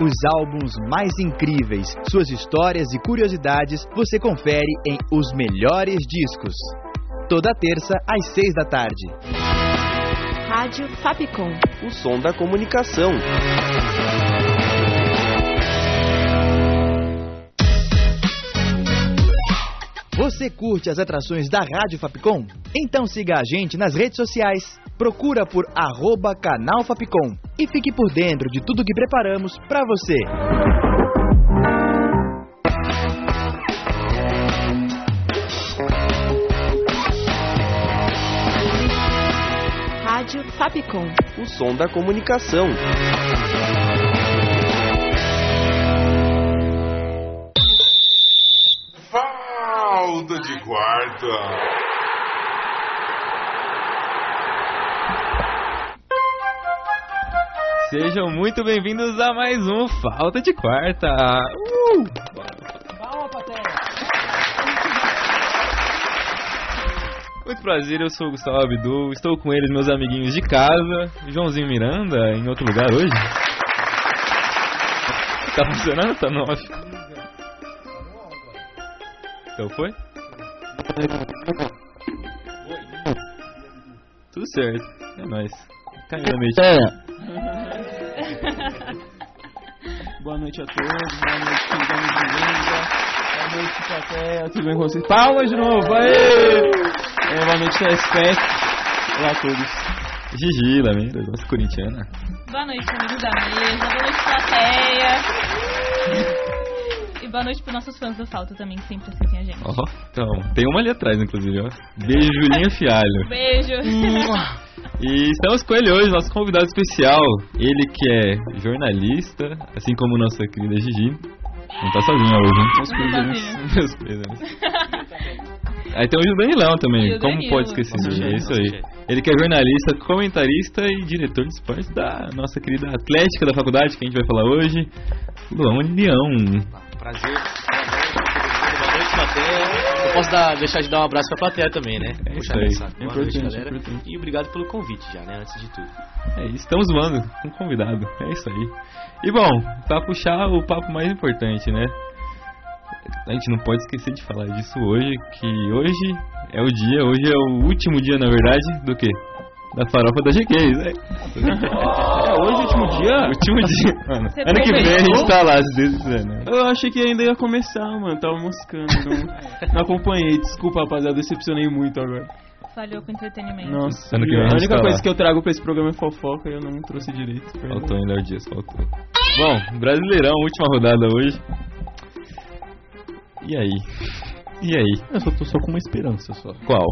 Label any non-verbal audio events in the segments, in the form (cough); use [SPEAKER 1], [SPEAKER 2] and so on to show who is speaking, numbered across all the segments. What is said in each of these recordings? [SPEAKER 1] Os álbuns mais incríveis, suas histórias e curiosidades você confere em Os Melhores Discos. Toda terça, às seis da tarde.
[SPEAKER 2] Rádio Fapcom.
[SPEAKER 3] O som da comunicação.
[SPEAKER 1] Você curte as atrações da Rádio Fapcom? Então siga a gente nas redes sociais. Procura por arroba canal Fapcom e fique por dentro de tudo que preparamos para você.
[SPEAKER 2] Rádio Fapcom.
[SPEAKER 3] O som da comunicação.
[SPEAKER 4] Falta de quarta.
[SPEAKER 5] Sejam muito bem-vindos a mais um Falta de Quarta. Uh! Muito prazer, eu sou o Gustavo Abdu, estou com eles, meus amiguinhos de casa, Joãozinho Miranda, em outro lugar hoje. Tá funcionando? Tá no off? Então foi? Tudo certo, é nóis. Caiu na mente.
[SPEAKER 6] Boa noite a todos, boa noite, Cidade de Lenda, boa noite, Café, tudo bem com vocês? Palmas de novo, aê! É, boa noite, Respect, olá a todos.
[SPEAKER 5] Gigi, Lameira, nossa corintiana.
[SPEAKER 7] Boa noite, amigos da mesa, boa noite, plateia. E boa noite para nossos fãs do Falta também, que sempre assistem a gente.
[SPEAKER 5] Ó, então, tem uma ali atrás, inclusive, ó. Beijo, Julinho Fialho.
[SPEAKER 7] Beijo! (laughs)
[SPEAKER 5] E estamos com ele hoje, nosso convidado especial. Ele que é jornalista, assim como nossa querida Gigi. Não tá sozinha hoje, hein?
[SPEAKER 6] Meus pedidos.
[SPEAKER 5] (laughs) Meus pêsames. Aí tem o Danilão também,
[SPEAKER 7] E o
[SPEAKER 5] como
[SPEAKER 7] Danilo.
[SPEAKER 5] pode esquecer
[SPEAKER 6] Nosso
[SPEAKER 5] dele?
[SPEAKER 6] gênio,
[SPEAKER 5] É isso
[SPEAKER 6] nosso
[SPEAKER 5] aí.
[SPEAKER 6] gênio.
[SPEAKER 5] Ele que é jornalista, comentarista e diretor de esportes da nossa querida Atlética da faculdade, que a gente vai falar hoje, Luan Leão.
[SPEAKER 8] Prazer. Boa noite, plateia. Eu posso dar- deixar de dar um abraço pra plateia também, né?
[SPEAKER 5] É isso
[SPEAKER 8] Puxar
[SPEAKER 5] aí.
[SPEAKER 8] essa. Boa noite,
[SPEAKER 5] Importante,
[SPEAKER 8] galera.
[SPEAKER 5] importante.
[SPEAKER 8] E obrigado pelo convite já, né? Antes de tudo.
[SPEAKER 5] É, estamos zoando com um convidado, é isso aí. E bom, pra puxar o papo mais importante, né? A gente não pode esquecer de falar disso hoje, que hoje é o dia, hoje é o último dia, na verdade, do quê? Da farofa da GQ, né?
[SPEAKER 6] É hoje o último dia?
[SPEAKER 5] Último dia, mano.
[SPEAKER 7] Você
[SPEAKER 5] Ano que vem a gente tá lá, se Deus quiser, né?
[SPEAKER 6] Eu achei que ainda ia começar, mano, tava moscando,
[SPEAKER 9] (laughs)
[SPEAKER 6] não, não acompanhei, desculpa, rapaziada, decepcionei muito agora.
[SPEAKER 7] Falhou com entretenimento.
[SPEAKER 6] Nossa,
[SPEAKER 5] Ano que vem a
[SPEAKER 6] a
[SPEAKER 5] gente tá
[SPEAKER 6] única coisa
[SPEAKER 5] lá.
[SPEAKER 6] que eu trago pra esse programa é fofoca e eu não trouxe direito. perdão.
[SPEAKER 5] Faltou
[SPEAKER 9] um
[SPEAKER 5] em Léo Dias, faltou. Bom, Brasileirão, última rodada hoje. E aí? E aí?
[SPEAKER 9] Eu só tô só com uma esperança só.
[SPEAKER 5] Qual?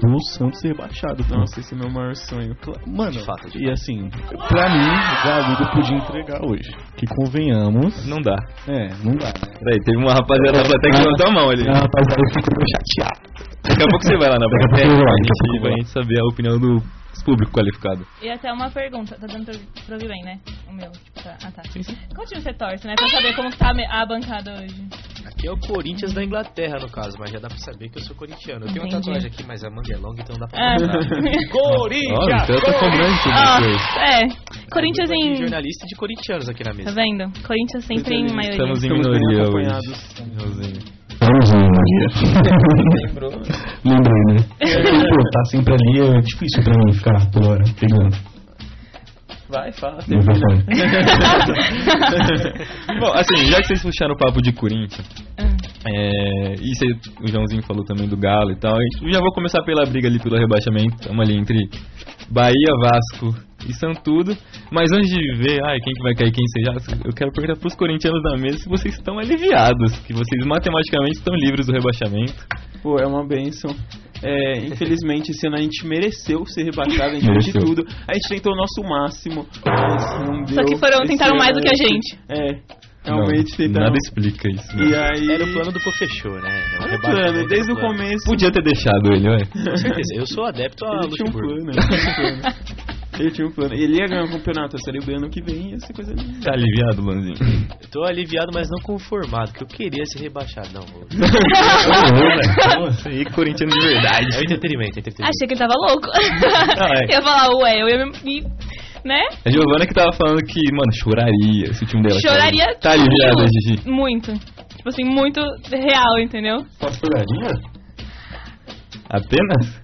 [SPEAKER 9] Do Santos ser rebaixado.
[SPEAKER 6] Nossa, esse é meu maior sonho.
[SPEAKER 9] Mano,
[SPEAKER 8] De fato, de
[SPEAKER 9] e assim, pra mim, o Galo podia entregar hoje. Que convenhamos.
[SPEAKER 5] Não dá.
[SPEAKER 9] É, não dá. né?
[SPEAKER 5] Peraí, teve uma rapaziada da plateia que levantou a mão ali.
[SPEAKER 9] Ah, rapaziada, eu fico meio chateado.
[SPEAKER 5] Daqui a pouco você vai lá na plateia.
[SPEAKER 9] Daqui a pouco eu vou lá,
[SPEAKER 5] A
[SPEAKER 9] daqui a pouco
[SPEAKER 5] gente
[SPEAKER 9] eu
[SPEAKER 5] vai
[SPEAKER 9] vou lá.
[SPEAKER 5] saber a opinião do público qualificado.
[SPEAKER 7] E até uma pergunta, tá dando pra, pra ouvir bem, né? O meu, tipo, tá. Ah, tá. Qual time você torce, né? Pra saber como que tá a me- a bancada hoje.
[SPEAKER 8] Aqui é o Corinthians da Inglaterra, no caso, mas já dá pra saber que eu sou corintiano. Eu tenho uma
[SPEAKER 7] Entendi.
[SPEAKER 8] tatuagem aqui, mas a manga é longa, então não dá
[SPEAKER 5] (laughs)
[SPEAKER 8] pra
[SPEAKER 7] Ah.
[SPEAKER 8] mostrar.
[SPEAKER 5] Ó, oh, então eu tô cobrando tudo
[SPEAKER 7] Ah,
[SPEAKER 5] isso aí.
[SPEAKER 7] é. Corinthians
[SPEAKER 8] Tem um
[SPEAKER 7] em.
[SPEAKER 8] jornalista de corintianos aqui na
[SPEAKER 7] Tá
[SPEAKER 8] mesa.
[SPEAKER 7] vendo? Corinthians sempre em maioria.
[SPEAKER 5] Estamos em
[SPEAKER 6] Estamos um bem
[SPEAKER 5] minoria
[SPEAKER 6] acompanhados.
[SPEAKER 5] hoje. Leozinho.
[SPEAKER 9] Vamos ver, Maria. Lembrei, né? Pô, tá sempre ali, é difícil pra mim ficar toda hora pegando.
[SPEAKER 6] Vai, fala.
[SPEAKER 9] Não vai falar.
[SPEAKER 5] (laughs) Bom, assim, já que vocês puxaram o papo de Corinthians,
[SPEAKER 7] Ah.
[SPEAKER 5] é, e cê- o Joãozinho falou também do Galo e tal, a gente- eu já vou começar pela briga ali pelo rebaixamento. Estamos ali entre Bahia, Vasco e Santudo. Mas antes de ver, ai, quem que vai cair, quem seja, eu quero perguntar pros corintianos da mesa se vocês estão aliviados, que vocês matematicamente estão livres do rebaixamento.
[SPEAKER 6] Pô, é uma benção. É, infelizmente, esse ano a gente mereceu ser rebaixado, a gente fez de
[SPEAKER 5] Mereceu.
[SPEAKER 6] tudo. A gente tentou o nosso máximo, mas
[SPEAKER 9] um
[SPEAKER 6] não deu.
[SPEAKER 7] Só que foram,
[SPEAKER 6] Esse
[SPEAKER 7] tentaram mais do
[SPEAKER 6] ano-
[SPEAKER 7] que a gente.
[SPEAKER 6] É, realmente
[SPEAKER 5] Não,
[SPEAKER 6] tentaram.
[SPEAKER 5] Nada explica isso. né?
[SPEAKER 6] E aí...
[SPEAKER 8] Era o plano do Pofechou, né? É
[SPEAKER 6] Era
[SPEAKER 8] um
[SPEAKER 6] o
[SPEAKER 8] rebaixamento,
[SPEAKER 6] plano, desde o
[SPEAKER 8] plano.
[SPEAKER 6] começo.
[SPEAKER 5] Podia ter deixado ele, ué.
[SPEAKER 8] Com certeza. tipo, Eu sou adepto a
[SPEAKER 6] (laughs) Ele tinha um
[SPEAKER 8] Luxemburgo.
[SPEAKER 6] plano, ele tinha um plano. Ele tinha um plano. Ele ia ganhar o campeonato, a Série B ano que vem, essa coisa linda.
[SPEAKER 5] Tá aliviado, Lanzinho?
[SPEAKER 8] Eu tô aliviado, mas não conformado, que eu queria ser rebaixado. Não, eu-
[SPEAKER 5] Tá
[SPEAKER 8] (laughs)
[SPEAKER 5] Nossa, e corintiano de verdade.
[SPEAKER 8] é o entretenimento, é
[SPEAKER 7] (laughs)
[SPEAKER 8] entretenimento.
[SPEAKER 7] Achei que ele tava louco.
[SPEAKER 5] Não, é.
[SPEAKER 7] Eu ia falar, ué, eu ia me, me né?
[SPEAKER 5] A Giovana que tava falando que, mano, choraria se o time dela.
[SPEAKER 7] Choraria
[SPEAKER 5] cair. Tá aliviada, Gigi.
[SPEAKER 7] muito. Tipo assim, muito real, entendeu?
[SPEAKER 9] Pastelaria?
[SPEAKER 5] Apenas?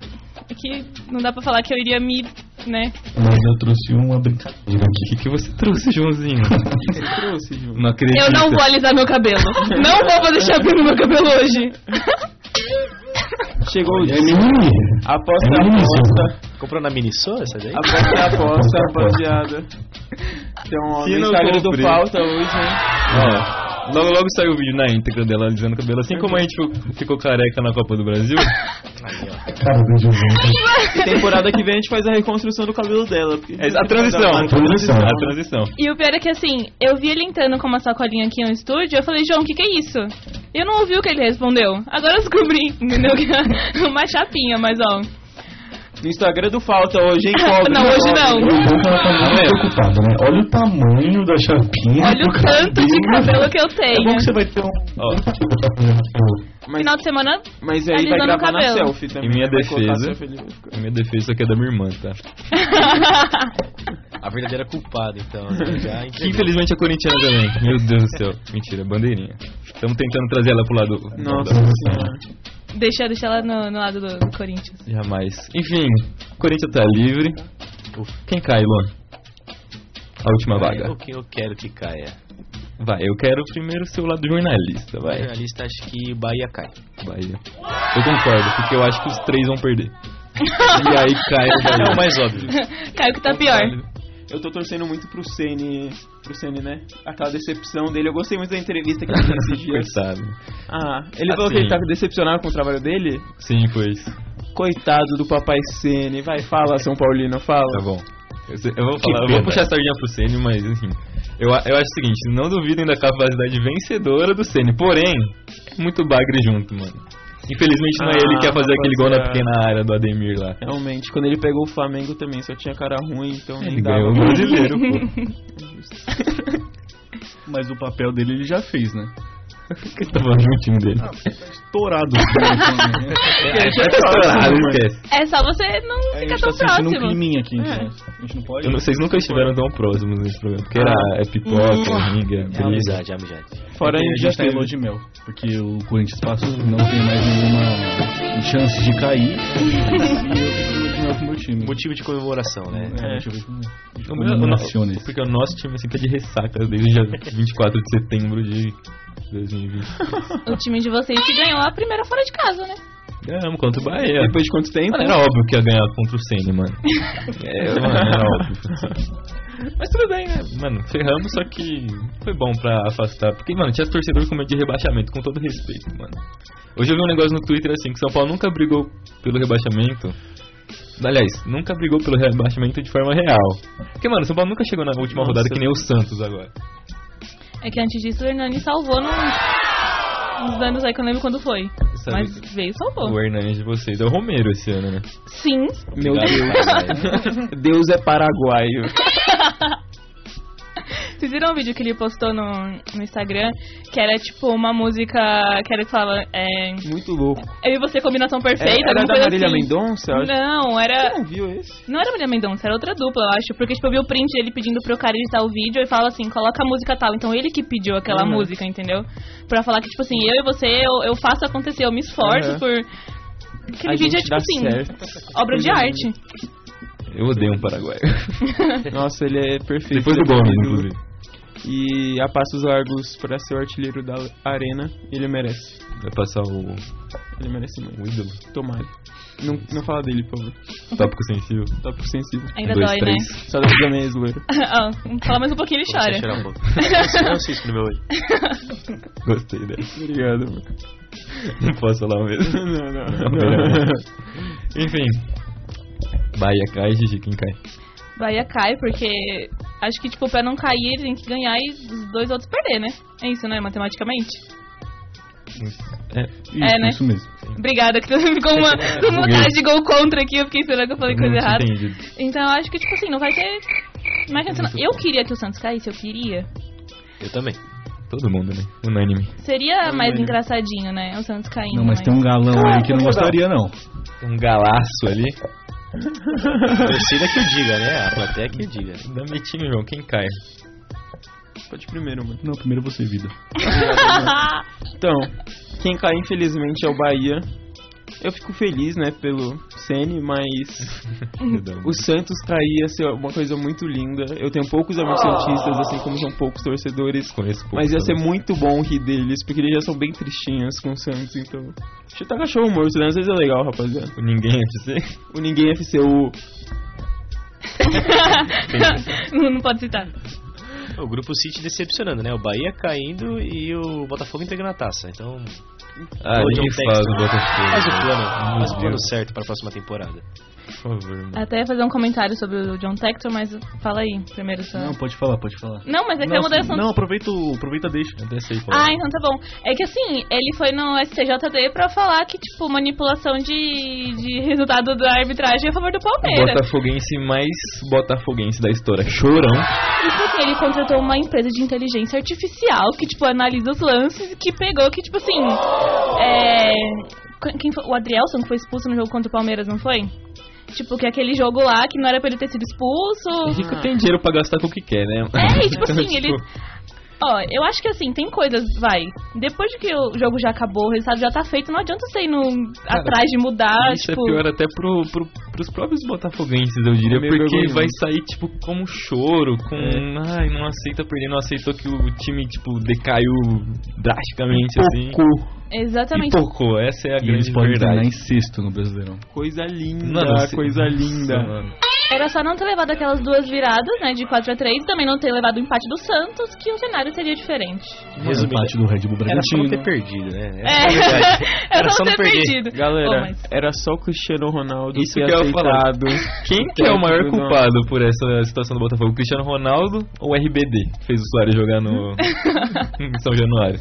[SPEAKER 7] É que não dá pra falar que eu iria me, né?
[SPEAKER 9] Mas eu trouxe uma brincadeira
[SPEAKER 5] O que,
[SPEAKER 9] aqui.
[SPEAKER 5] que você
[SPEAKER 9] (laughs)
[SPEAKER 5] trouxe, Joãozinho?
[SPEAKER 6] Trouxe, Ju.
[SPEAKER 5] Não acredito.
[SPEAKER 7] Eu não vou alisar meu cabelo. não vou fazer chapinha no meu cabelo hoje.
[SPEAKER 6] Chegou o
[SPEAKER 9] É
[SPEAKER 6] dia.
[SPEAKER 9] mini.
[SPEAKER 6] Aposta,
[SPEAKER 9] É
[SPEAKER 6] aposta.
[SPEAKER 9] isso.
[SPEAKER 8] Comprou na Minnesota essa
[SPEAKER 6] (laughs)
[SPEAKER 8] daí?
[SPEAKER 6] Aposta, aposta, rapaziada. Tem um
[SPEAKER 5] Se
[SPEAKER 6] homem
[SPEAKER 5] não
[SPEAKER 6] Instagram do
[SPEAKER 5] cumprir.
[SPEAKER 6] pauta hoje, hein?
[SPEAKER 5] Ó, É. logo logo saiu o vídeo na íntegra dela alisando o cabelo, assim como a gente ficou- ficou careca na Copa
[SPEAKER 9] (laughs)
[SPEAKER 5] do Brasil. É
[SPEAKER 9] Cara do Giovanni.
[SPEAKER 6] E temporada que vem a gente faz a reconstrução do cabelo dela. Porque
[SPEAKER 5] É a transição.
[SPEAKER 6] A
[SPEAKER 9] transição.
[SPEAKER 5] A transição.
[SPEAKER 7] E o pior é que assim, eu vi ele entrando com uma sacolinha aqui no estúdio, eu falei, João, o que, que é isso? Eu não ouvi o que ele respondeu. Agora eu descobri, (laughs) entendeu? Que era uma chapinha, mas ó.
[SPEAKER 6] No Instagram do Falta hoje, hein? Cobre,
[SPEAKER 7] Não, hoje
[SPEAKER 6] cobre.
[SPEAKER 7] não.
[SPEAKER 9] O bom que ela tá muito
[SPEAKER 5] É.
[SPEAKER 9] preocupada, né? Olha o tamanho da chapinha.
[SPEAKER 7] Olha o
[SPEAKER 9] do
[SPEAKER 7] tanto de cabelo que eu
[SPEAKER 9] É bom
[SPEAKER 7] tenho.
[SPEAKER 9] que você vai ter um.
[SPEAKER 5] Ó.
[SPEAKER 6] Mas,
[SPEAKER 7] Final de semana,
[SPEAKER 6] mas aí vai
[SPEAKER 7] alisando o
[SPEAKER 6] gravar na
[SPEAKER 7] cabelo.
[SPEAKER 6] selfie também.
[SPEAKER 5] Em minha
[SPEAKER 6] vai colocar
[SPEAKER 5] defesa-
[SPEAKER 6] selfie de-
[SPEAKER 5] A minha defesa isso aqui é da minha irmã, tá?
[SPEAKER 8] (laughs) A verdadeira culpada, então.
[SPEAKER 5] (laughs)
[SPEAKER 8] né? Já
[SPEAKER 5] Que
[SPEAKER 8] entregou.
[SPEAKER 5] infelizmente é corintiana também. Meu Deus do céu. Mentira, bandeirinha. Estamos tentando trazer ela pro lado.
[SPEAKER 6] Nossa
[SPEAKER 5] da-
[SPEAKER 6] senhora.
[SPEAKER 7] deixa, deixa ela no, no lado do, do Corinthians. (laughs)
[SPEAKER 5] Jamais. Enfim, Corinthians tá livre. Quem cai, Luan? A última vaga.
[SPEAKER 8] É O que eu quero que caia?
[SPEAKER 5] Vai, eu quero primeiro o seu lado jornalista,
[SPEAKER 8] É
[SPEAKER 5] vai.
[SPEAKER 8] Jornalista, acho que Bahia cai.
[SPEAKER 5] Bahia. Eu concordo, porque eu acho que os três vão
[SPEAKER 8] (laughs)
[SPEAKER 5] perder. E aí cai o Bahia.
[SPEAKER 8] É o mais óbvio.
[SPEAKER 7] Caio que tá pior.
[SPEAKER 6] Eu tô torcendo muito pro Ceni, pro Ceni, né? Aquela decepção dele. Eu gostei muito da entrevista que ele fez
[SPEAKER 5] (laughs)
[SPEAKER 6] esses dias.
[SPEAKER 5] Coitado.
[SPEAKER 6] Ah, ele falou
[SPEAKER 5] Assim.
[SPEAKER 6] que ele tá decepcionado com o trabalho dele?
[SPEAKER 5] Sim, foi isso.
[SPEAKER 6] Coitado do papai Ceni. Vai, fala, São Paulino, fala.
[SPEAKER 5] Tá bom. Eu, sei- eu vou,
[SPEAKER 8] Que
[SPEAKER 5] falar, eu
[SPEAKER 8] pena.
[SPEAKER 5] vou puxar a sardinha pro Sene, mas enfim. Eu, a- eu acho o seguinte, não duvidem da capacidade vencedora do Sene, porém, é muito bagre junto, mano. Infelizmente não é
[SPEAKER 6] Ah,
[SPEAKER 5] ele que ia fazer aquele gol na
[SPEAKER 6] rapaziada.
[SPEAKER 5] pequena área do Ademir lá.
[SPEAKER 6] Realmente, quando ele pegou o Flamengo também, só tinha cara ruim, então nem
[SPEAKER 5] Ele
[SPEAKER 6] dava.
[SPEAKER 5] ganhou o (laughs) brasileiro, pô.
[SPEAKER 10] Mas o papel dele ele já fez, né?
[SPEAKER 5] Por que tá falando do time dele?
[SPEAKER 10] Estourado.
[SPEAKER 5] Estourado, esquece.
[SPEAKER 7] É só você não
[SPEAKER 10] a
[SPEAKER 7] ficar
[SPEAKER 10] gente
[SPEAKER 7] tão
[SPEAKER 10] tá sentindo um
[SPEAKER 7] próximo.
[SPEAKER 10] climinha aqui, então. A gente não pode...
[SPEAKER 5] Eu não, vocês nunca estiveram tão próximos nesse programa, porque era é pipoca, é ringa, é
[SPEAKER 8] É
[SPEAKER 5] brisa.
[SPEAKER 8] amizade, é amizade.
[SPEAKER 6] Fora
[SPEAKER 10] a
[SPEAKER 6] ele
[SPEAKER 10] gente
[SPEAKER 6] já
[SPEAKER 10] tá em
[SPEAKER 6] teve.
[SPEAKER 10] lua de mel. Porque o Corinthians passou, não tem mais nenhuma chance de
[SPEAKER 7] (laughs)
[SPEAKER 10] cair. e eu fico em é lua de mel com o meu time.
[SPEAKER 8] Motivo de comemoração, né?
[SPEAKER 10] É, deixa eu ver como é.
[SPEAKER 5] O
[SPEAKER 10] Como não aciona isso.
[SPEAKER 5] porque Tipo, o nosso time assim, tá de ressaca desde (laughs) o dia 24 de setembro de 2020.
[SPEAKER 7] O time de vocês que ganhou a primeira fora de casa, né?
[SPEAKER 5] Ganhamos contra o Bahia.
[SPEAKER 6] Depois de quanto tempo? né?
[SPEAKER 5] Era É óbvio que ia ganhar contra o Senna, mano. É, mano, era óbvio.
[SPEAKER 6] (laughs)
[SPEAKER 5] Mas tudo bem, né? Mano, ferramos, só que foi bom pra afastar. Porque, mano, tinha torcedor com medo de rebaixamento, com todo respeito, mano. Hoje eu vi um negócio no Twitter assim, que São Paulo nunca brigou pelo rebaixamento. Aliás, nunca brigou pelo rebaixamento de forma real. Porque, mano, São Paulo nunca chegou na última rodada que nem o Santos agora.
[SPEAKER 7] É que antes disso o Hernani salvou nos, nos anos aí que eu não lembro quando foi.
[SPEAKER 6] Tá
[SPEAKER 5] Sabe?
[SPEAKER 7] Mas veio e salvou.
[SPEAKER 5] O Hernandes de vocês é o Romero esse ano, né?
[SPEAKER 7] Sim.
[SPEAKER 6] Meu
[SPEAKER 5] Obrigado,
[SPEAKER 6] Deus. Deus é paraguaio.
[SPEAKER 7] Vocês viram o vídeo que ele postou no, no Instagram? Que era tipo uma música que era que falava. É,
[SPEAKER 6] Muito louco.
[SPEAKER 7] eu e você combinação
[SPEAKER 6] É,
[SPEAKER 5] tá
[SPEAKER 7] perfeita.
[SPEAKER 6] era
[SPEAKER 7] alguma
[SPEAKER 6] da
[SPEAKER 7] coisa
[SPEAKER 6] Marília
[SPEAKER 7] assim.
[SPEAKER 6] Mendonça?
[SPEAKER 5] Né.
[SPEAKER 6] Eu acho.
[SPEAKER 7] Não, era.
[SPEAKER 6] Você não viu esse?
[SPEAKER 7] Não era Maria Mendonça, era outra dupla, eu acho. Porque, tipo, eu vi o print dele pedindo pro cara editar o vídeo e fala assim, coloca a música tal. Então ele que pediu aquela
[SPEAKER 6] Uhum.
[SPEAKER 7] música, entendeu? Pra falar que, tipo assim, eu e você, eu, eu faço acontecer, eu me esforço
[SPEAKER 6] Uhum.
[SPEAKER 7] por. Aquele
[SPEAKER 6] A
[SPEAKER 7] vídeo é
[SPEAKER 6] gente
[SPEAKER 7] tipo
[SPEAKER 6] dá
[SPEAKER 7] assim,
[SPEAKER 6] certo.
[SPEAKER 7] obra de arte.
[SPEAKER 5] Eu odeio um paraguaio.
[SPEAKER 6] Nossa, ele é
[SPEAKER 5] (laughs)
[SPEAKER 6] perfeito.
[SPEAKER 5] Depois do Gomes, inclusive.
[SPEAKER 6] E a passos largos pra ser o artilheiro da arena, ele merece.
[SPEAKER 5] Vai passar o,
[SPEAKER 6] Ele merece muito.
[SPEAKER 5] o ídolo.
[SPEAKER 6] Tomara. Não, não fala dele, por favor.
[SPEAKER 5] Tópico sensível.
[SPEAKER 6] Tá por sensível.
[SPEAKER 7] Ainda
[SPEAKER 5] Dois,
[SPEAKER 7] dói,
[SPEAKER 5] três.
[SPEAKER 7] né?
[SPEAKER 6] Só da minha zoeira.
[SPEAKER 7] (laughs) Ah, fala mais um pouquinho ele
[SPEAKER 8] Deixa
[SPEAKER 7] chora.
[SPEAKER 8] eu chorar um pouco. Não cisco no meu
[SPEAKER 7] (laughs)
[SPEAKER 8] olho.
[SPEAKER 5] Gostei né? dessa.
[SPEAKER 6] Obrigado, mano.
[SPEAKER 5] Não posso falar o mesmo.
[SPEAKER 6] Não, não,
[SPEAKER 5] (laughs) Não, melhor não. Enfim. Bahia cai, Gigi, quem cai?
[SPEAKER 7] Bahia cai, porque acho que, tipo, pra não cair, ele tem que ganhar e os dois outros perder, né? É isso, né? Matematicamente.
[SPEAKER 5] É,
[SPEAKER 10] Isso,
[SPEAKER 7] É, né?
[SPEAKER 10] isso mesmo.
[SPEAKER 7] Obrigada, que
[SPEAKER 6] (laughs)
[SPEAKER 7] ficou uma,
[SPEAKER 6] Uhum.
[SPEAKER 7] uma cara de gol contra aqui. Eu fiquei esperando que eu falei coisa
[SPEAKER 5] não
[SPEAKER 7] errada.
[SPEAKER 5] entendi.
[SPEAKER 7] Então eu acho que, tipo assim, não vai ter. Imagina, se não- eu queria que o Santos caísse, eu queria.
[SPEAKER 8] Eu também.
[SPEAKER 5] Todo mundo, né? Unânime.
[SPEAKER 7] Seria mais
[SPEAKER 10] um-
[SPEAKER 7] (laughs) engraçadinho, né? O Santos caindo.
[SPEAKER 5] Ah, é.
[SPEAKER 10] Não, mas tem um galão aí que não gostaria, não.
[SPEAKER 5] Tem um galaço ali.
[SPEAKER 8] Torcida que o diga, né? A plateia que o diga.
[SPEAKER 5] Dá metinho, João. Quem cai?
[SPEAKER 6] Pode Tá primeiro, mano.
[SPEAKER 10] Não, primeiro você, vida.
[SPEAKER 6] Então, quem cai infelizmente é o Bahia. Eu fico feliz, né, pelo Sene, mas
[SPEAKER 7] Uhum.
[SPEAKER 5] Perdão.
[SPEAKER 6] o Santos cair ia ser uma coisa muito linda. Eu tenho poucos amigos santistas, assim como são poucos torcedores.
[SPEAKER 5] Conheço pouco
[SPEAKER 6] Mas ia ser
[SPEAKER 5] também.
[SPEAKER 6] muito bom rir deles, porque eles já são bem tristinhos com o Santos, então. Chutar cachorro morto, né? Às vezes é legal, rapaziada.
[SPEAKER 5] Ninguém ia dizer.
[SPEAKER 6] O Ninguém é FC, o.
[SPEAKER 10] um
[SPEAKER 7] não, não pode citar.
[SPEAKER 8] O grupo City decepcionando, né? O Bahia caindo e o Botafogo entregando a taça. Então,
[SPEAKER 5] Ah,
[SPEAKER 8] Hoje é um
[SPEAKER 5] ninguém
[SPEAKER 8] texto.
[SPEAKER 5] faz o Botafogo.
[SPEAKER 8] faz o plano, faz o
[SPEAKER 5] Meu
[SPEAKER 8] plano
[SPEAKER 5] Deus.
[SPEAKER 8] certo para a próxima temporada.
[SPEAKER 5] Por favor, mano.
[SPEAKER 7] Até ia fazer um comentário sobre o John Textor, mas fala aí primeiro, Sam.
[SPEAKER 10] Não, pode falar, pode falar.
[SPEAKER 7] Não, mas é que a
[SPEAKER 10] não,
[SPEAKER 7] mudança
[SPEAKER 10] não, aproveita, o- aproveita, deixa.
[SPEAKER 5] Eu até sei qual é.
[SPEAKER 7] Ah, então tá bom. É que assim, ele foi no STJD pra falar que, tipo, manipulação de, de resultado da arbitragem a favor do
[SPEAKER 5] O
[SPEAKER 7] Palmeiras.
[SPEAKER 5] botafoguense mais botafoguense da história. Chorão.
[SPEAKER 7] Isso porque ele contratou uma empresa de inteligência artificial que, tipo, analisa os lances e que pegou que, tipo assim. É. qu- Quem foi? O Adrielson que foi expulso no jogo contra o Palmeiras, não foi? Tipo, que aquele jogo lá que não era pra ele ter sido
[SPEAKER 5] O
[SPEAKER 7] expulso.
[SPEAKER 5] Rico tem dinheiro pra gastar com o que quer, né?
[SPEAKER 7] É, e tipo
[SPEAKER 5] (laughs) Então,
[SPEAKER 7] assim, ele. Ó, eu acho que assim, tem coisas, vai. Depois de que o jogo já acabou, o resultado já tá feito, não adianta você ir no, atrás de mudar,
[SPEAKER 5] Isso
[SPEAKER 7] tipo.
[SPEAKER 5] é pior até pro, pro, pros próprios botafoguenses, eu diria,
[SPEAKER 6] meio
[SPEAKER 5] porque
[SPEAKER 6] vergonhoso.
[SPEAKER 5] vai sair, tipo, como choro, com... Ai, não aceita perder, não aceitou que o time, tipo, decaiu drasticamente, assim.
[SPEAKER 7] Exatamente.
[SPEAKER 5] Pipocou, essa é a
[SPEAKER 10] E eles
[SPEAKER 5] grande
[SPEAKER 10] podem terminar
[SPEAKER 5] verdade. Ah,
[SPEAKER 10] em sexto no Brasileirão.
[SPEAKER 6] Coisa linda,
[SPEAKER 5] Mano, você-
[SPEAKER 6] coisa linda.
[SPEAKER 5] Nossa, mano.
[SPEAKER 7] Era só não ter levado aquelas duas viradas, né, de 4 a 3 também não ter levado o empate do Santos, que o cenário seria diferente.
[SPEAKER 8] Resumindo,
[SPEAKER 10] Parte do Red Bull
[SPEAKER 8] era só não
[SPEAKER 10] Bragantino.
[SPEAKER 8] ter perdido,
[SPEAKER 7] (laughs)
[SPEAKER 8] né?
[SPEAKER 7] É,
[SPEAKER 8] Era
[SPEAKER 7] eu
[SPEAKER 8] só
[SPEAKER 7] só
[SPEAKER 8] não
[SPEAKER 7] ter
[SPEAKER 8] perder.
[SPEAKER 7] perdido.
[SPEAKER 6] Galera,
[SPEAKER 7] Pô, mas-
[SPEAKER 6] era só o Cristiano Ronaldo
[SPEAKER 5] Isso
[SPEAKER 6] ter
[SPEAKER 5] que eu ia falar.
[SPEAKER 6] aceitado. (laughs)
[SPEAKER 5] Quem que é o maior culpado por essa situação do Botafogo? Cristiano Ronaldo ou RBD? que Fez o Soares jogar no em São Januário.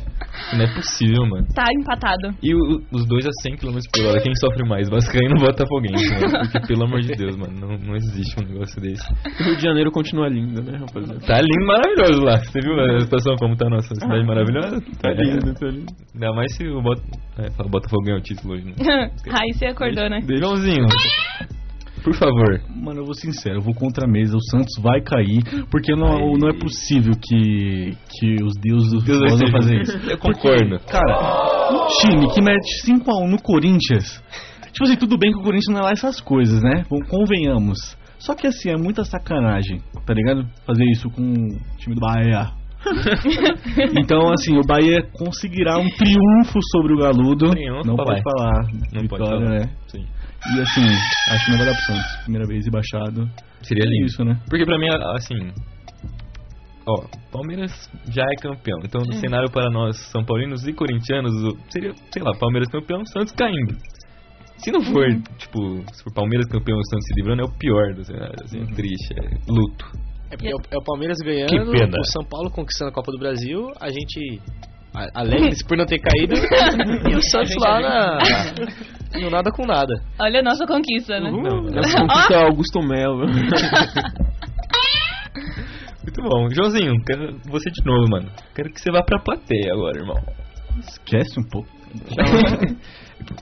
[SPEAKER 5] Não é possível, mano.
[SPEAKER 7] Tá empatado. (laughs)
[SPEAKER 5] E o- os dois a 100 km por hora, quem sofre mais? Vascaíno ou Botafoguense, mano? Porque, pelo amor de Deus, mano, não, não existe um negócio desse.
[SPEAKER 6] O Rio de Janeiro continua lindo, né, rapaziada?
[SPEAKER 5] Tá lindo, maravilhoso lá. Você viu a situação como tá a nossa cidade maravilhosa?
[SPEAKER 6] Tá
[SPEAKER 5] É.
[SPEAKER 6] lindo,
[SPEAKER 11] (laughs)
[SPEAKER 6] tá lindo.
[SPEAKER 5] Ainda mais se o Bot... é, fala, Botafogo ganhou o título hoje, né?
[SPEAKER 7] Aí você acordou, né?
[SPEAKER 5] Joãozinho, por favor.
[SPEAKER 10] Mano, eu vou sincero, eu vou contra a mesa. O Santos vai cair, porque não, não é possível que, que os deuses do
[SPEAKER 5] Deus
[SPEAKER 10] futebol
[SPEAKER 5] vai
[SPEAKER 10] vão
[SPEAKER 5] ser-
[SPEAKER 10] fazer isso.
[SPEAKER 5] Eu concordo.
[SPEAKER 10] Cara, um time que mete 5x1 no Corinthians. Tipo assim, tudo bem que o Corinthians não é lá essas coisas, né? Bom, convenhamos. Só que assim, é muita sacanagem, tá ligado? Fazer isso com o time do
[SPEAKER 5] (laughs)
[SPEAKER 10] Bahia. então, assim, o Bahia conseguirá um triunfo sobre o Galudo.
[SPEAKER 5] Triunfo,
[SPEAKER 10] não
[SPEAKER 5] papai.
[SPEAKER 10] pode falar.
[SPEAKER 5] Não
[SPEAKER 10] vitória,
[SPEAKER 5] pode falar.
[SPEAKER 10] né?
[SPEAKER 5] Sim.
[SPEAKER 10] E assim, acho que não vai dar pro Santos. Primeira vez e baixado.
[SPEAKER 5] Seria
[SPEAKER 10] É
[SPEAKER 5] lindo.
[SPEAKER 10] isso, né?
[SPEAKER 5] Porque pra mim, assim. Ó, Palmeiras já é campeão. Então, no cenário para nós, São Paulinos e Corintianos, o- seria, sei lá, Palmeiras campeão, Santos caindo. Se não for, tipo, se for Palmeiras campeão e o Santos se livrando, é o pior do cenário. Assim, é triste, é luto.
[SPEAKER 8] É, porque é o- é o Palmeiras ganhando,
[SPEAKER 5] Que pena.
[SPEAKER 8] o São Paulo conquistando a Copa do Brasil, a gente a- alegre-se por não ter caído, e (laughs) o Santos lá na, no nada com nada.
[SPEAKER 7] Olha a nossa conquista, né?
[SPEAKER 6] Nossa, conquista é Augusto Melo.
[SPEAKER 5] Muito bom. Joãozinho, quero você de novo, mano. Quero que você vá pra plateia agora, irmão.
[SPEAKER 10] Esquece um pouco.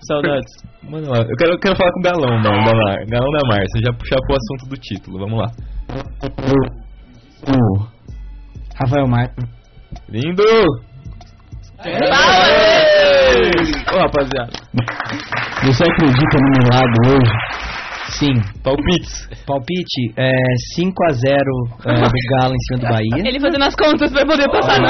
[SPEAKER 6] Saudades.
[SPEAKER 5] Manda lá. Eu quero, eu quero falar com o Galão, mano. Vamos lá. Galão da Márcia. Já puxar pro assunto do título. Vamos lá.
[SPEAKER 12] Rafael Marques.
[SPEAKER 5] Lindo!
[SPEAKER 6] Ô, rapaziada.
[SPEAKER 12] Você acredita no milagre hoje? Sim.
[SPEAKER 5] Palpites.
[SPEAKER 12] Palpite é 5x0 é, do Galo em cima do
[SPEAKER 8] (laughs)
[SPEAKER 12] Bahia.
[SPEAKER 7] Ele fazendo as contas pra poder passar no...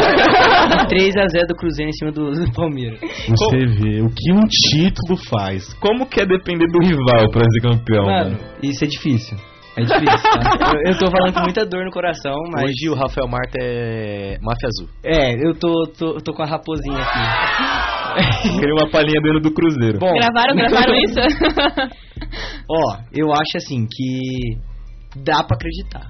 [SPEAKER 12] 3x0 do Cruzeiro em cima do, do Palmeiras.
[SPEAKER 10] Você vê o que um título faz.
[SPEAKER 5] Como que é depender do rival pra ser campeão, mano?
[SPEAKER 12] Mano, isso é difícil. É difícil, tá? (laughs) Eu, eu tô falando com muita dor no coração, mas.
[SPEAKER 8] Hoje o Rafael Marta é máfia azul.
[SPEAKER 12] É, eu tô, tô, tô com a raposinha aqui.
[SPEAKER 5] Queria uma palhinha dentro do Cruzeiro.
[SPEAKER 12] Bom,
[SPEAKER 7] Gravaram, gravaram isso?
[SPEAKER 12] ó, eu acho assim que. Dá pra acreditar.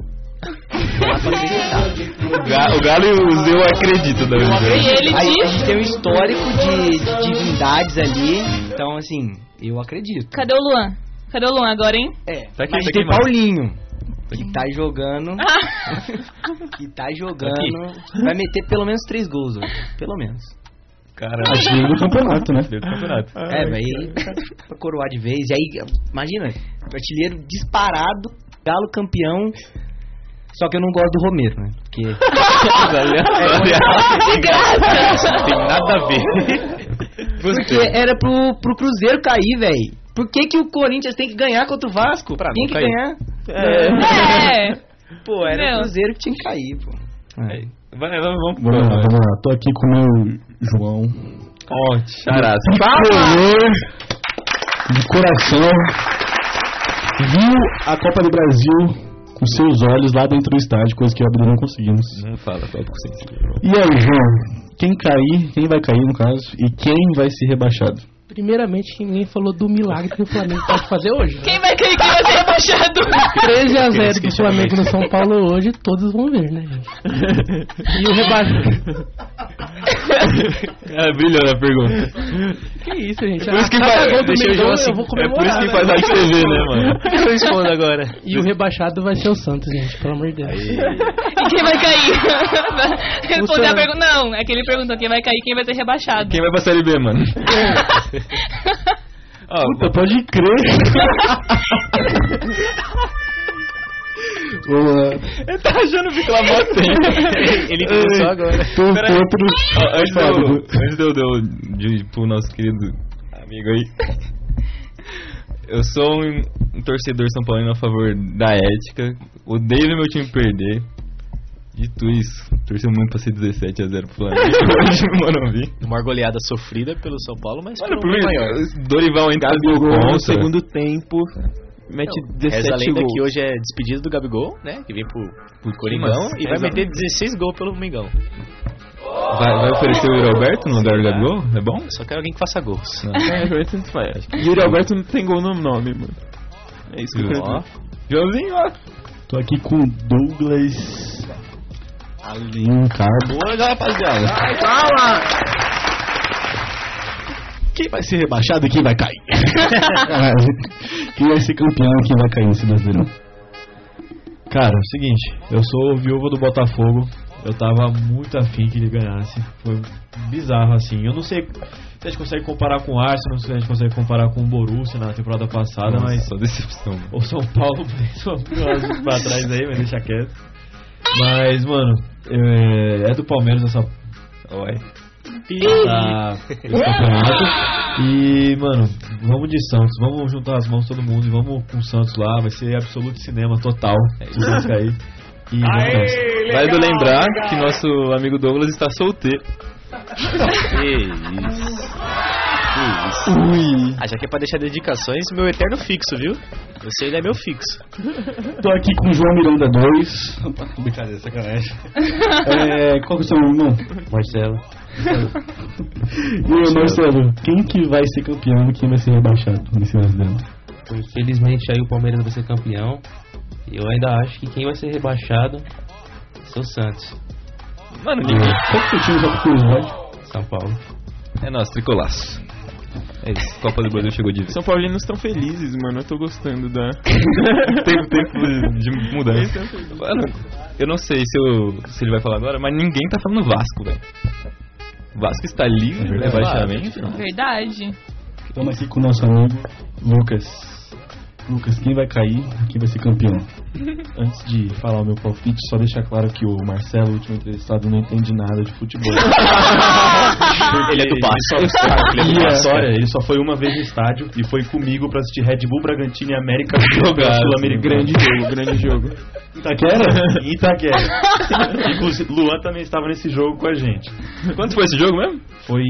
[SPEAKER 12] Dá pra acreditar.
[SPEAKER 5] o, Ga- o Galo e o Zeu acreditam da
[SPEAKER 7] e
[SPEAKER 5] vida.
[SPEAKER 7] ele
[SPEAKER 12] Aí, a
[SPEAKER 7] disse.
[SPEAKER 12] gente tem um histórico de, de divindades ali, então assim, eu acredito.
[SPEAKER 7] Cadê o Luan? Cadê o Luan agora, hein?
[SPEAKER 12] É,
[SPEAKER 5] Tá aqui,
[SPEAKER 12] mas
[SPEAKER 5] tá aqui,
[SPEAKER 12] tem
[SPEAKER 5] mano.
[SPEAKER 12] Paulinho, que tá jogando, que tá jogando, vai meter pelo menos três gols hoje, pelo menos.
[SPEAKER 5] Caralho.
[SPEAKER 9] Artilheiro do campeonato, né?
[SPEAKER 5] Artilheiro do campeonato.
[SPEAKER 12] É, velho, aí pra coroar de vez. E aí, imagina, artilheiro disparado, Galo campeão. Só que eu não gosto do Romero, né? Porque.
[SPEAKER 5] De graça! Não tem nada a ver.
[SPEAKER 12] Porque era pro, pro Cruzeiro cair, velho. Por que, que o Corinthians tem que ganhar contra o Vasco? Pra tem
[SPEAKER 5] não
[SPEAKER 12] que
[SPEAKER 5] cair.
[SPEAKER 12] ganhar.
[SPEAKER 7] É.
[SPEAKER 12] Pô, era
[SPEAKER 7] Não.
[SPEAKER 12] o Cruzeiro que tinha que cair, pô.
[SPEAKER 5] Vai, vai, vamos pro
[SPEAKER 9] Vamos lá,
[SPEAKER 5] próximo.
[SPEAKER 9] vamos lá. Tô aqui com o meu João.
[SPEAKER 5] Ó, charada.
[SPEAKER 9] Tricolor de coração. Viu a Copa do Brasil com seus olhos lá dentro do estádio, coisa que eu e o Abdu não conseguimos.
[SPEAKER 5] Não fala, fala com você.
[SPEAKER 9] E aí, João? Quem cair, quem vai cair no caso, e quem vai ser rebaixado?
[SPEAKER 11] Primeiramente, que ninguém falou do milagre que o Flamengo pode fazer
[SPEAKER 5] (laughs)
[SPEAKER 11] hoje.
[SPEAKER 7] Quem vai cair? Quem vai ser rebaixado?
[SPEAKER 11] 13 a 0 do Flamengo no São Paulo hoje, todos vão ver, né?
[SPEAKER 6] (laughs)
[SPEAKER 11] gente? E o rebaixamento.
[SPEAKER 5] Cara, É, brilhou na pergunta.
[SPEAKER 11] Que isso, gente?
[SPEAKER 5] Por isso que
[SPEAKER 11] A cada
[SPEAKER 5] faz.
[SPEAKER 11] gol do
[SPEAKER 5] Deixa o
[SPEAKER 11] Mengão,
[SPEAKER 5] João assim.
[SPEAKER 11] eu vou
[SPEAKER 5] É por isso
[SPEAKER 11] comemorar,
[SPEAKER 5] que faz
[SPEAKER 11] né?
[SPEAKER 5] a TV, né, mano?
[SPEAKER 8] Eu respondo agora.
[SPEAKER 11] E o rebaixado vai ser o Santos, gente, pelo amor de Deus.
[SPEAKER 7] (laughs) E quem vai cair? Responder
[SPEAKER 11] Luciano.
[SPEAKER 7] a pergunta. Não, é que ele perguntou quem vai cair quem vai ser rebaixado.
[SPEAKER 5] Quem vai pra Série B, mano? Ó,
[SPEAKER 9] Puta, pode crer. Vamos lá.
[SPEAKER 5] Ele tá rachando o bico lá mó tempo. Ele
[SPEAKER 8] entendeu só agora.
[SPEAKER 9] Tô outro.
[SPEAKER 5] Ó, antes de
[SPEAKER 9] Fala, Dudu.
[SPEAKER 5] eu, antes de eu, de eu de ir pro nosso querido amigo aí. (laughs) Eu sou um, um torcedor São Paulino a favor da ética. Odeio ver meu time perder. Dito isso, torci muito pra ser 17 a 0 pro (laughs) Flamengo. Hoje, mano, vi.
[SPEAKER 8] Uma goleada sofrida pelo São Paulo, mas
[SPEAKER 5] Olha,
[SPEAKER 8] por um
[SPEAKER 5] por
[SPEAKER 8] bem maior.
[SPEAKER 5] isso, Dorival entra no
[SPEAKER 6] Gol
[SPEAKER 5] contra.
[SPEAKER 6] no é segundo tempo. Mete
[SPEAKER 8] Reza a
[SPEAKER 6] 17
[SPEAKER 8] lenda
[SPEAKER 6] gols.
[SPEAKER 8] que hoje é despedida do Gabigol, né? Que vem pro, pro Coringão
[SPEAKER 5] mas-
[SPEAKER 8] e vai
[SPEAKER 5] exato.
[SPEAKER 8] meter 16 gols pelo Mengão.
[SPEAKER 5] Vai, vai oferecer o Roberto no lugar do Gabigol? É bom?
[SPEAKER 8] Só quero alguém que faça gols.
[SPEAKER 6] É, agora tanto faz. Yuri Alberto não tem gol no nome, mano. É isso que eu
[SPEAKER 5] Viu?
[SPEAKER 6] quero
[SPEAKER 5] Ó.
[SPEAKER 6] dizer.
[SPEAKER 5] Joãozinho, ó.
[SPEAKER 9] Tô aqui com o Douglas. Alencar.
[SPEAKER 8] Boa, rapaziada.
[SPEAKER 9] Quem vai ser rebaixado e quem vai cair? (laughs) Caralho. quem vai ser campeão e quem vai cair nesse brasileirão?
[SPEAKER 13] Cara, é o seguinte, eu sou o viúvo do Botafogo. Eu tava muito afim que ele ganhasse. Foi bizarro, assim. Eu não sei se a gente consegue comparar com o Arsenal, se a gente consegue comparar com o Borussia na temporada passada, mas.
[SPEAKER 5] Só decepção. mano.
[SPEAKER 13] O São Paulo (laughs) fez uma pior pra trás aí, mas deixa quieto. Mas, mano, é, é do Palmeiras essa
[SPEAKER 5] Oi.
[SPEAKER 13] da- do campeonato. E, mano, vamos de Santos. Vamos juntar as mãos todo mundo e vamos com o Santos lá. Vai ser absoluto cinema total. O Santos cair. E vamos nessa.
[SPEAKER 5] Vale lembrar que nosso amigo Douglas está solteiro.
[SPEAKER 8] Que isso. Ah, já que é pra deixar dedicações, meu eterno fixo, viu? Você ele é meu fixo.
[SPEAKER 9] Tô aqui com o João Miranda 2. Opa,
[SPEAKER 12] (laughs)
[SPEAKER 9] brincadeira, sacanagem. É, qual que é o seu nome?
[SPEAKER 12] Marcelo.
[SPEAKER 9] E aí, Marcelo, quem que vai ser campeão e quem vai ser rebaixado nesse brasileirão?
[SPEAKER 12] Infelizmente aí o Palmeiras vai ser campeão. E eu ainda acho que quem vai ser rebaixado é o Santos.
[SPEAKER 5] Mano, ninguém.
[SPEAKER 9] Qual que é o time da curiosidade?
[SPEAKER 12] São Paulo.
[SPEAKER 5] É nosso, tricolaço. É isso, Copa do Brasil chegou de vez.
[SPEAKER 6] São Paulinos estão felizes, mano. Eu tô gostando da.
[SPEAKER 5] Tempo, tempo de mudança. Mano, eu não sei se, eu- se ele vai falar agora, mas ninguém tá falando Vasco, velho. Vasco está livre né, do rebaixamento.
[SPEAKER 7] Verdade.
[SPEAKER 9] Estamos aqui com o nosso amigo Lucas. Lucas, quem vai cair e quem vai ser campeão?
[SPEAKER 13] Antes de falar o meu palpite, só deixar claro que o Marcelo, último entrevistado, não entende nada de futebol.
[SPEAKER 5] (laughs) Ele é do Vasco.
[SPEAKER 13] Ele é Vitória, ele só foi uma vez no estádio e foi comigo pra assistir Red Bull Bragantino e América
[SPEAKER 5] Jogado,
[SPEAKER 13] Sul-Americana.
[SPEAKER 5] grande
[SPEAKER 13] jogo, grande jogo.
[SPEAKER 5] (laughs)
[SPEAKER 13] Itaquera? Em Itaquera. Inclusive, Luan também estava nesse jogo com a gente.
[SPEAKER 5] Quanto foi esse jogo mesmo?
[SPEAKER 13] Foi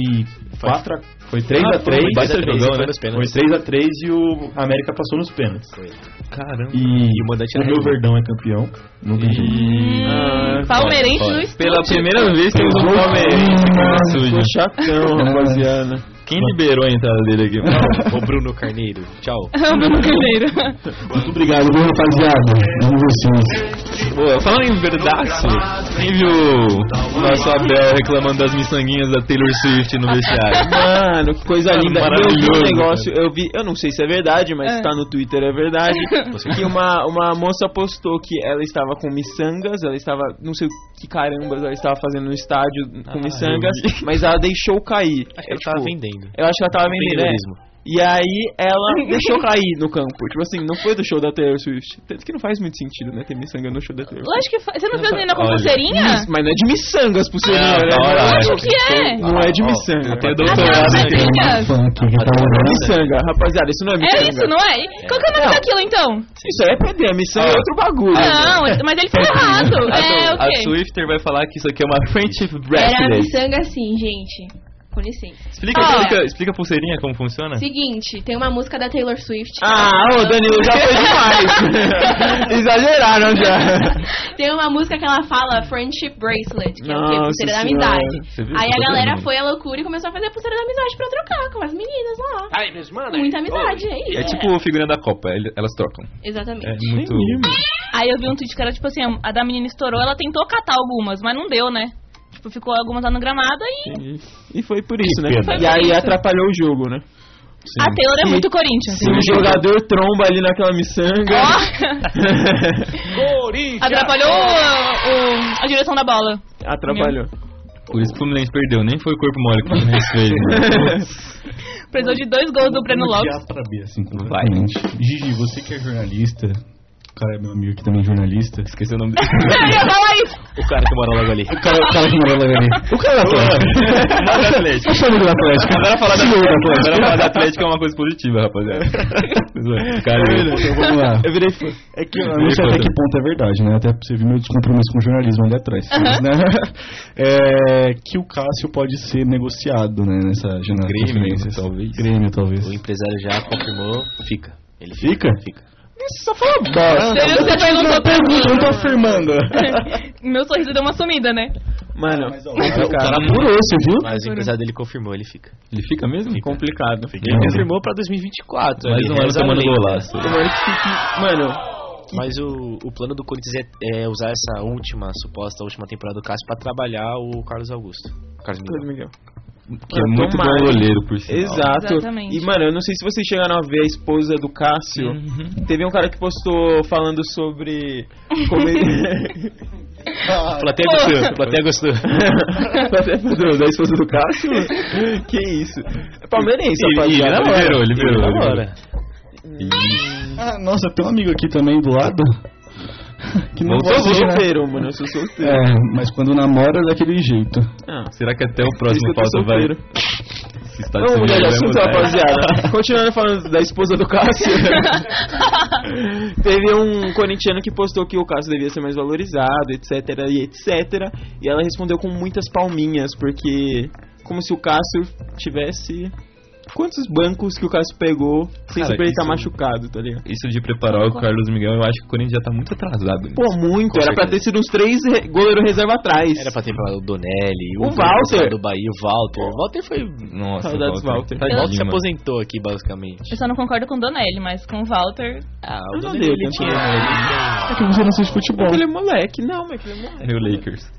[SPEAKER 13] 4 a... Foi 3
[SPEAKER 5] Ah,
[SPEAKER 13] a 3
[SPEAKER 5] foi um baita jogão, né?
[SPEAKER 13] Foi 3 a 3 e o América passou nos pênaltis.
[SPEAKER 5] Caramba.
[SPEAKER 13] E,
[SPEAKER 8] o
[SPEAKER 13] o
[SPEAKER 8] mandante era
[SPEAKER 13] meu
[SPEAKER 8] Red Bull.
[SPEAKER 13] Verdão é campeão. Não tem jeito.
[SPEAKER 7] Hum, palmeirense no estúdio. (laughs)
[SPEAKER 5] Pela primeira vez temos um palmeirense com a suja. (laughs)
[SPEAKER 6] Chatão, rapaziada.
[SPEAKER 5] Quem liberou a entrada dele aqui?
[SPEAKER 8] Ô Bruno Carneiro, tchau.
[SPEAKER 7] Bruno Carneiro.
[SPEAKER 9] Muito obrigado, viu, rapaziada. Amo vocês.
[SPEAKER 5] Pô, falando em verdaço, quem viu o nosso Abel reclamando das miçanguinhas da Taylor Swift no vestiário?
[SPEAKER 6] Mano, que coisa
[SPEAKER 5] Mano,
[SPEAKER 6] linda.
[SPEAKER 5] maravilhoso,
[SPEAKER 6] eu vi um negócio, eu vi, eu não sei se é verdade, mas
[SPEAKER 5] É.
[SPEAKER 6] tá no Twitter é verdade. que uma, uma moça postou que ela estava com miçangas, ela estava, não sei o que carambas ela estava fazendo no estádio com
[SPEAKER 8] Ah,
[SPEAKER 6] miçangas,
[SPEAKER 8] eu vi.
[SPEAKER 6] mas ela deixou cair. É, tipo,
[SPEAKER 8] Acho que ela tava vendendo.
[SPEAKER 6] Eu acho que ela tava vendendo. é.
[SPEAKER 8] Empreendedorismo.
[SPEAKER 6] E aí ela deixou cair no campo. Tipo assim, não foi do show da Taylor Swift. Tanto que não faz muito sentido, né? Ter miçanga no show da Taylor Swift.
[SPEAKER 7] Lógico que faz. Você não viu as meninas com
[SPEAKER 6] Olha,
[SPEAKER 7] pulseirinha?
[SPEAKER 6] Mas não é de miçanga as
[SPEAKER 5] Não,
[SPEAKER 6] pulseirinhas,
[SPEAKER 5] tá
[SPEAKER 6] né?
[SPEAKER 5] da hora,
[SPEAKER 6] Lógico
[SPEAKER 5] acho.
[SPEAKER 7] que é.
[SPEAKER 6] Não é de miçanga.
[SPEAKER 5] Até doutorado
[SPEAKER 7] Ah, tem miçanga.
[SPEAKER 9] Funk,
[SPEAKER 6] Não é miçanga, rapaziada, isso não é miçanga.
[SPEAKER 7] É isso, não é? E Qual que é o nome daquilo então?
[SPEAKER 6] Isso aí é PD, a miçanga é outro bagulho.
[SPEAKER 7] Não, mas ele foi errado. É, o
[SPEAKER 5] a
[SPEAKER 7] quê?
[SPEAKER 5] Swifter vai falar que isso aqui é uma (laughs) French
[SPEAKER 6] é,
[SPEAKER 14] Era a
[SPEAKER 5] Bracelet.
[SPEAKER 14] miçanga assim, gente. Com licença.
[SPEAKER 5] Explica,
[SPEAKER 14] Ó,
[SPEAKER 5] explica, explica a pulseirinha como funciona.
[SPEAKER 14] Seguinte, tem uma música da Taylor Swift.
[SPEAKER 6] Ah, ô Danilo, já foi
[SPEAKER 5] (laughs)
[SPEAKER 6] demais. Exageraram já.
[SPEAKER 14] Tem uma música que ela fala Friendship Bracelet, que é o quê?
[SPEAKER 6] Nossa
[SPEAKER 14] Pulseira da
[SPEAKER 6] senhora.
[SPEAKER 14] amizade.
[SPEAKER 6] Você viu?
[SPEAKER 14] Aí
[SPEAKER 6] Tá
[SPEAKER 14] a galera
[SPEAKER 6] vendo?
[SPEAKER 14] foi à loucura e começou a fazer pulseira da amizade pra trocar com as meninas lá.
[SPEAKER 8] Ai, minhas manas.
[SPEAKER 14] Muita amizade, é isso.
[SPEAKER 5] É tipo a figurinha da Copa, ele- elas trocam.
[SPEAKER 14] Exatamente.
[SPEAKER 5] É muito.
[SPEAKER 7] Aí eu vi um tweet que era tipo assim, a da menina estourou, ela tentou catar algumas, mas não deu, né? Tipo, ficou algumas lá no gramado e
[SPEAKER 6] E foi por isso, né?
[SPEAKER 7] Que pena.
[SPEAKER 6] E aí
[SPEAKER 7] Foi por isso.
[SPEAKER 6] atrapalhou o jogo, né?
[SPEAKER 7] a Taylor é
[SPEAKER 6] Se-
[SPEAKER 7] muito Corinthians.
[SPEAKER 6] Se o jogador tromba ali naquela miçanga.
[SPEAKER 7] Atrapalhou o- o- a direção da bola.
[SPEAKER 6] (laughs) Atrapalhou.
[SPEAKER 5] Por isso que o Fluminense perdeu, nem foi o corpo mole que o Fluminense fez. né?
[SPEAKER 7] Precisou de dois gols do Breno Lopes.
[SPEAKER 9] pra B, assim, completamente. Gigi, você que é jornalista, o cara é meu amigo que também é jornalista.
[SPEAKER 5] Esqueci o nome dele.
[SPEAKER 8] O cara que mora logo ali.
[SPEAKER 9] O cara, o cara que morou lá ali. O cara do Atlético.
[SPEAKER 5] Nada do é Atlético.
[SPEAKER 9] Eu
[SPEAKER 6] (laughs)
[SPEAKER 9] sou amigo do Atlético.
[SPEAKER 5] Agora falar da
[SPEAKER 9] Senhor do Atlético.
[SPEAKER 5] Agora falar da Atlético é uma coisa positiva,
[SPEAKER 6] (laughs)
[SPEAKER 5] rapaziada. Cara,
[SPEAKER 9] Então, vamos lá.
[SPEAKER 6] Eu virei fã. É que
[SPEAKER 9] Eu não sei até que ponto é verdade, né? Até pra você ver meu descompromisso com o jornalismo ali atrás.
[SPEAKER 6] Aham.
[SPEAKER 9] Mas, né? (laughs) É, que o Cássio pode ser negociado, né? Nessa janela. de
[SPEAKER 8] Grêmio,
[SPEAKER 9] transferências. Grêmio, talvez.
[SPEAKER 8] O empresário já confirmou, fica. Ele
[SPEAKER 9] Fica?
[SPEAKER 8] Fica.
[SPEAKER 6] Isso só foi uma
[SPEAKER 9] bosta.
[SPEAKER 7] Você viu que você
[SPEAKER 9] fez uma
[SPEAKER 7] perguntou pra mim?
[SPEAKER 9] pergunta, eu não tô afirmando.
[SPEAKER 7] (laughs) Meu sorriso deu uma sumida, né?
[SPEAKER 6] Mano,
[SPEAKER 8] O cara
[SPEAKER 9] apurou, você viu?
[SPEAKER 8] Mas o empresário dele confirmou, ele fica.
[SPEAKER 5] Ele fica mesmo?
[SPEAKER 6] Complicado.
[SPEAKER 8] Ele confirmou pra 2024.
[SPEAKER 5] Mais
[SPEAKER 8] ele
[SPEAKER 5] um ano
[SPEAKER 8] reza a
[SPEAKER 5] tomando
[SPEAKER 8] lenda.
[SPEAKER 5] golaço.
[SPEAKER 6] Tomara que fique- Mano,
[SPEAKER 8] (laughs) Mas o, o plano do Corinthians é, é usar essa última, suposta última temporada do Cássio pra trabalhar o Carlos Augusto. Carlos Miguel.
[SPEAKER 5] Que é muito bom goleiro, por sinal.
[SPEAKER 6] Exato.
[SPEAKER 8] Exatamente.
[SPEAKER 6] E, mano, eu não sei se vocês chegaram a ver a esposa do Cássio. Teve um cara que postou falando sobre. Como ele...
[SPEAKER 8] Plateia gostou, plateia gostou.
[SPEAKER 6] plateia gostou da esposa do Cássio? que isso? É palmeirense,
[SPEAKER 5] Ele-
[SPEAKER 6] rapaziada.
[SPEAKER 5] ele namora,
[SPEAKER 6] Namora.
[SPEAKER 5] ele virou, ele
[SPEAKER 6] namora.
[SPEAKER 5] virou.
[SPEAKER 9] Ah, nossa, tem um amigo aqui também do lado. (laughs) Que
[SPEAKER 6] Eu
[SPEAKER 9] namora,
[SPEAKER 6] sou
[SPEAKER 9] né?
[SPEAKER 6] solteiro, mano. Eu sou solteiro.
[SPEAKER 9] É, mas quando namora é daquele jeito.
[SPEAKER 6] Ah.
[SPEAKER 5] Será que até o próximo
[SPEAKER 6] Por isso que eu
[SPEAKER 5] pauta
[SPEAKER 6] tô
[SPEAKER 5] vai.
[SPEAKER 6] solteiro.
[SPEAKER 5] Esse estado
[SPEAKER 6] Vamos
[SPEAKER 5] de
[SPEAKER 6] mudar de
[SPEAKER 5] saúde vai
[SPEAKER 6] assunto,
[SPEAKER 5] mudar?
[SPEAKER 6] rapaziada. Continuando falando da esposa do Cássio. Teve um corintiano que postou que o Cássio devia ser mais valorizado, etc, e etc. E ela respondeu com muitas palminhas, porque... Como se o Cássio tivesse... Quantos bancos que o Cássio pegou sem
[SPEAKER 5] Cara,
[SPEAKER 6] saber ele tá
[SPEAKER 5] isso-
[SPEAKER 6] machucado, tá ligado?
[SPEAKER 5] Isso de preparar o Carlos Miguel, eu acho que o Corinthians já tá muito atrasado. nisso.
[SPEAKER 6] Pô, muito.
[SPEAKER 5] Com
[SPEAKER 6] Era pra
[SPEAKER 5] certeza.
[SPEAKER 6] ter sido uns três re- goleiro reserva atrás.
[SPEAKER 8] Era pra ter falado o Donelli,
[SPEAKER 6] O Walter.
[SPEAKER 8] do Bahia, o Walter. O Walter foi.
[SPEAKER 5] Nossa,
[SPEAKER 8] Saudades,
[SPEAKER 5] Walter.
[SPEAKER 8] Walter.
[SPEAKER 5] Tadinho,
[SPEAKER 8] Walter se
[SPEAKER 5] mano.
[SPEAKER 8] aposentou aqui, basicamente.
[SPEAKER 7] Eu só não concordo com o Donelli, mas com o Walter.
[SPEAKER 8] Ah,
[SPEAKER 6] o Donelli, ele tinha-
[SPEAKER 9] É que você não assiste futebol.
[SPEAKER 6] Aquele moleque. Não, mas aquele moleque.
[SPEAKER 5] Meu É Lakers.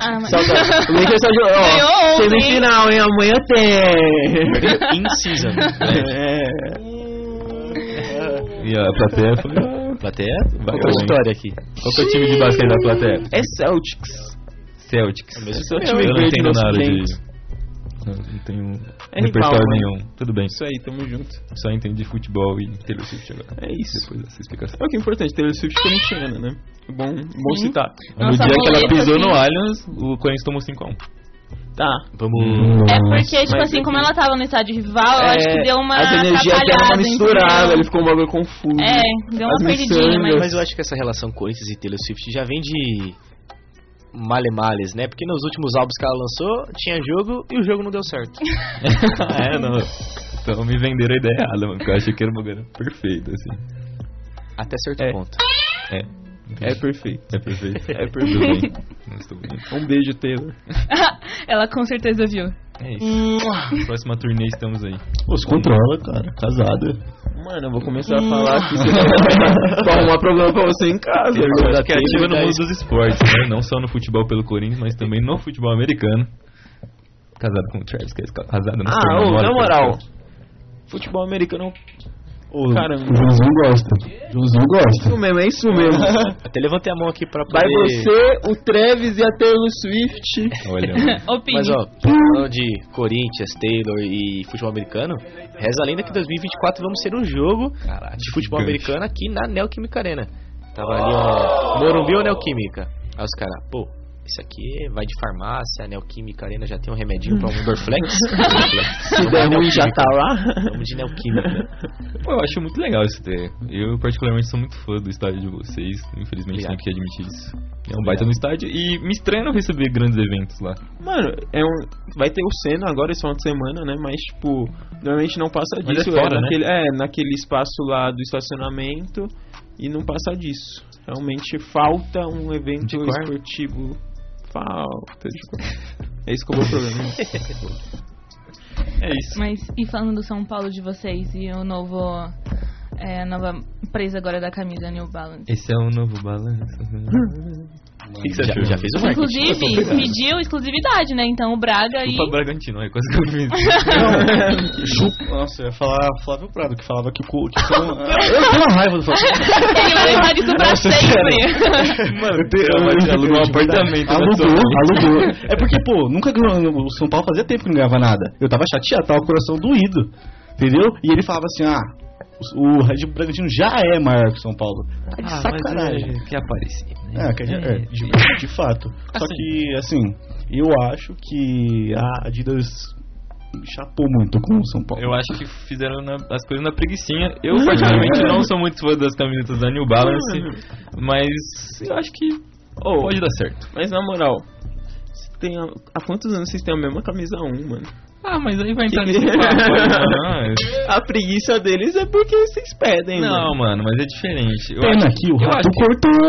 [SPEAKER 7] Ah, mas...
[SPEAKER 6] Saudade. O Lakers só jogou. Ó,
[SPEAKER 7] Ganhou ontem.
[SPEAKER 6] semifinal, hein? Amanhã tem.
[SPEAKER 8] In season.
[SPEAKER 6] É.
[SPEAKER 5] E a plateia foi.
[SPEAKER 8] Plateia?
[SPEAKER 5] Vai
[SPEAKER 8] Qual que é a
[SPEAKER 5] bem.
[SPEAKER 8] história aqui?
[SPEAKER 5] Qual que é o time de basquete da plateia?
[SPEAKER 6] É Celtics.
[SPEAKER 5] Celtics.
[SPEAKER 8] É o
[SPEAKER 6] time
[SPEAKER 8] mesmo
[SPEAKER 5] eu não
[SPEAKER 6] verde
[SPEAKER 5] entendo
[SPEAKER 6] nosso
[SPEAKER 5] nada de.
[SPEAKER 6] cliente.
[SPEAKER 5] Não, não tenho um
[SPEAKER 6] É
[SPEAKER 5] repertório
[SPEAKER 6] rival, né?
[SPEAKER 5] nenhum. Tudo bem.
[SPEAKER 6] Isso aí, tamo junto.
[SPEAKER 5] Só entendi futebol e Taylor Swift agora.
[SPEAKER 6] É isso.
[SPEAKER 5] Depois dessa explicação.
[SPEAKER 6] É o que é importante, Taylor Swift corintiana, né? Bom, bom
[SPEAKER 7] Sim.
[SPEAKER 6] citar.
[SPEAKER 5] no dia que ela
[SPEAKER 7] boleta,
[SPEAKER 5] pisou no
[SPEAKER 7] assim.
[SPEAKER 5] Allianz, o Corinthians tomou 5x1.
[SPEAKER 6] Tá.
[SPEAKER 5] Vamos.
[SPEAKER 7] É porque, tipo
[SPEAKER 6] Mas-
[SPEAKER 7] assim, como ela tava no estádio rival, eu
[SPEAKER 6] É,
[SPEAKER 7] acho que deu uma
[SPEAKER 6] As energias dela
[SPEAKER 7] atrapalhada,
[SPEAKER 6] é misturada,
[SPEAKER 7] entendeu?
[SPEAKER 6] ele ficou um bagulho confuso.
[SPEAKER 7] É, deu uma
[SPEAKER 6] As
[SPEAKER 7] perdidinha,
[SPEAKER 6] miçangas.
[SPEAKER 7] mas...
[SPEAKER 8] Hum, Mas eu acho que essa relação Corinthians e Taylor Swift já vem de male males, né? Porque nos últimos álbuns que ela lançou, tinha jogo e o jogo não deu
[SPEAKER 5] (laughs)
[SPEAKER 8] certo.
[SPEAKER 5] é, não. Então me venderam a ideia errada, mano. Porque eu achei que era uma grana perfeita, (laughs) assim.
[SPEAKER 8] Até certo ponto.
[SPEAKER 5] É.
[SPEAKER 6] É perfeito.
[SPEAKER 5] É perfeito.
[SPEAKER 6] É
[SPEAKER 5] Tudo bem.
[SPEAKER 6] perfeito.
[SPEAKER 5] Não estou bem.
[SPEAKER 7] (laughs)
[SPEAKER 6] um beijo, Taylor.
[SPEAKER 7] ela com certeza viu. (laughs)
[SPEAKER 5] É isso. Próxima turnê estamos aí.
[SPEAKER 9] Pô, se controla, cara. Casado.
[SPEAKER 6] Mano, eu vou começar a falar que
[SPEAKER 5] (laughs)
[SPEAKER 6] você vai pra arrumar problema pra você em casa.
[SPEAKER 5] Tem
[SPEAKER 6] agora.
[SPEAKER 5] que ativa é no
[SPEAKER 6] Tem
[SPEAKER 5] mundo dos esportes, né? Não só no futebol pelo Corinthians, mas também no futebol americano. Casado com o Travis, que é casado não sei,
[SPEAKER 6] Ah, ô,
[SPEAKER 5] namora
[SPEAKER 6] na
[SPEAKER 5] com o
[SPEAKER 6] moral.
[SPEAKER 5] Travis.
[SPEAKER 6] Futebol
[SPEAKER 8] é um
[SPEAKER 6] americano.
[SPEAKER 9] Ô,
[SPEAKER 6] Caramba.
[SPEAKER 9] O Joãozinho gosta. O Joãozinho gosta.
[SPEAKER 6] Isso mesmo, é isso mesmo.
[SPEAKER 8] (laughs) Até levantei a mão aqui pra
[SPEAKER 6] Vai
[SPEAKER 8] poder-
[SPEAKER 6] você, o Travis e a Taylor Swift.
[SPEAKER 7] Opine.
[SPEAKER 8] Mas ó, Então, falando de Corinthians, Taylor e futebol americano, reza a lenda que 2024 vamos ter um jogo de futebol
[SPEAKER 5] gigante.
[SPEAKER 8] americano aqui na Neoquímica Arena. Tava ali, ó, Morumbi ou Neoquímica? Aí os caras, pô, isso aqui vai de farmácia, Neoquímica Arena já tem um remedinho
[SPEAKER 6] (laughs)
[SPEAKER 8] pra um Dorflex.
[SPEAKER 6] Se der ruim, já tá lá.
[SPEAKER 8] Vamos de Neoquímica.
[SPEAKER 5] Pô, eu acho muito legal isso ter. Eu, particularmente, sou muito fã do estádio de vocês. Infelizmente, tenho que admitir isso. É um baita
[SPEAKER 6] Obrigado.
[SPEAKER 5] no estádio e me estranha não receber grandes eventos lá.
[SPEAKER 6] Mano, é um, vai ter o Senna agora esse final de semana, né? Mas, tipo, normalmente não passa
[SPEAKER 5] Mas é
[SPEAKER 6] disso.
[SPEAKER 5] fora, né?
[SPEAKER 6] naquele, é, naquele espaço lá do estacionamento e não passa disso. Realmente falta um evento
[SPEAKER 5] quarto.
[SPEAKER 6] esportivo.
[SPEAKER 5] (laughs)
[SPEAKER 6] Falta. Tipo, é isso que eu vou problema. é isso.
[SPEAKER 7] Mas e falando do São Paulo de vocês e o novo. É, a nova empresa agora da camisa New Balance.
[SPEAKER 5] Esse é o novo balanço. (laughs) O que, que você
[SPEAKER 8] Já-
[SPEAKER 5] achou?
[SPEAKER 8] já fez o tipo,
[SPEAKER 7] Inclusive, pediu exclusividade, né? Então o Braga e. (laughs)
[SPEAKER 5] Chupa Bragantino, é coisa que eu fiz.
[SPEAKER 9] Não, chupa. Nossa, eu ia falar Flávio Prado, que falava que o. cu- Que são- (laughs) eu tenho uma raiva do Flávio Prado.
[SPEAKER 7] Ele vai levar isso pra
[SPEAKER 9] Nossa,
[SPEAKER 7] (laughs) sempre.
[SPEAKER 5] Mano,
[SPEAKER 9] Eu-
[SPEAKER 5] alugou um
[SPEAKER 9] eu-
[SPEAKER 5] apartamento. na sua
[SPEAKER 9] Alugou,
[SPEAKER 5] vida.
[SPEAKER 9] alugou. É porque, pô, nunca ganhou. O São Paulo fazia tempo que não ganhava nada. Eu tava chateado, tava com o coração doído. Entendeu? E ele falava assim: ah, o o Red Bull Bragantino já é maior que o São Paulo. Tá de
[SPEAKER 5] Ah,
[SPEAKER 9] sacanagem.
[SPEAKER 5] mas é, que aparecer.
[SPEAKER 9] É, que- é, de, de fato. Só que, assim, eu acho que a Adidas chapou muito com o São Paulo.
[SPEAKER 5] Eu acho que fizeram na- as coisas na preguiçinha. Eu, particularmente, não sou muito fã das camisetas da New Balance, mas
[SPEAKER 6] É,
[SPEAKER 5] eu acho que
[SPEAKER 6] Ô,
[SPEAKER 5] pode dar certo.
[SPEAKER 6] Mas na moral, você tem a- há quantos anos vocês têm a mesma camisa 1, mano?
[SPEAKER 5] Ah, mas aí vai
[SPEAKER 6] entrar (laughs) nesse
[SPEAKER 5] né? Ah,
[SPEAKER 6] A preguiça deles é porque vocês pedem,
[SPEAKER 5] Não, mano,
[SPEAKER 6] mano.
[SPEAKER 5] mas é diferente. Eu
[SPEAKER 9] Pena
[SPEAKER 5] acho-
[SPEAKER 9] aqui, o
[SPEAKER 5] eu
[SPEAKER 9] rato
[SPEAKER 5] acho que-
[SPEAKER 9] cortou.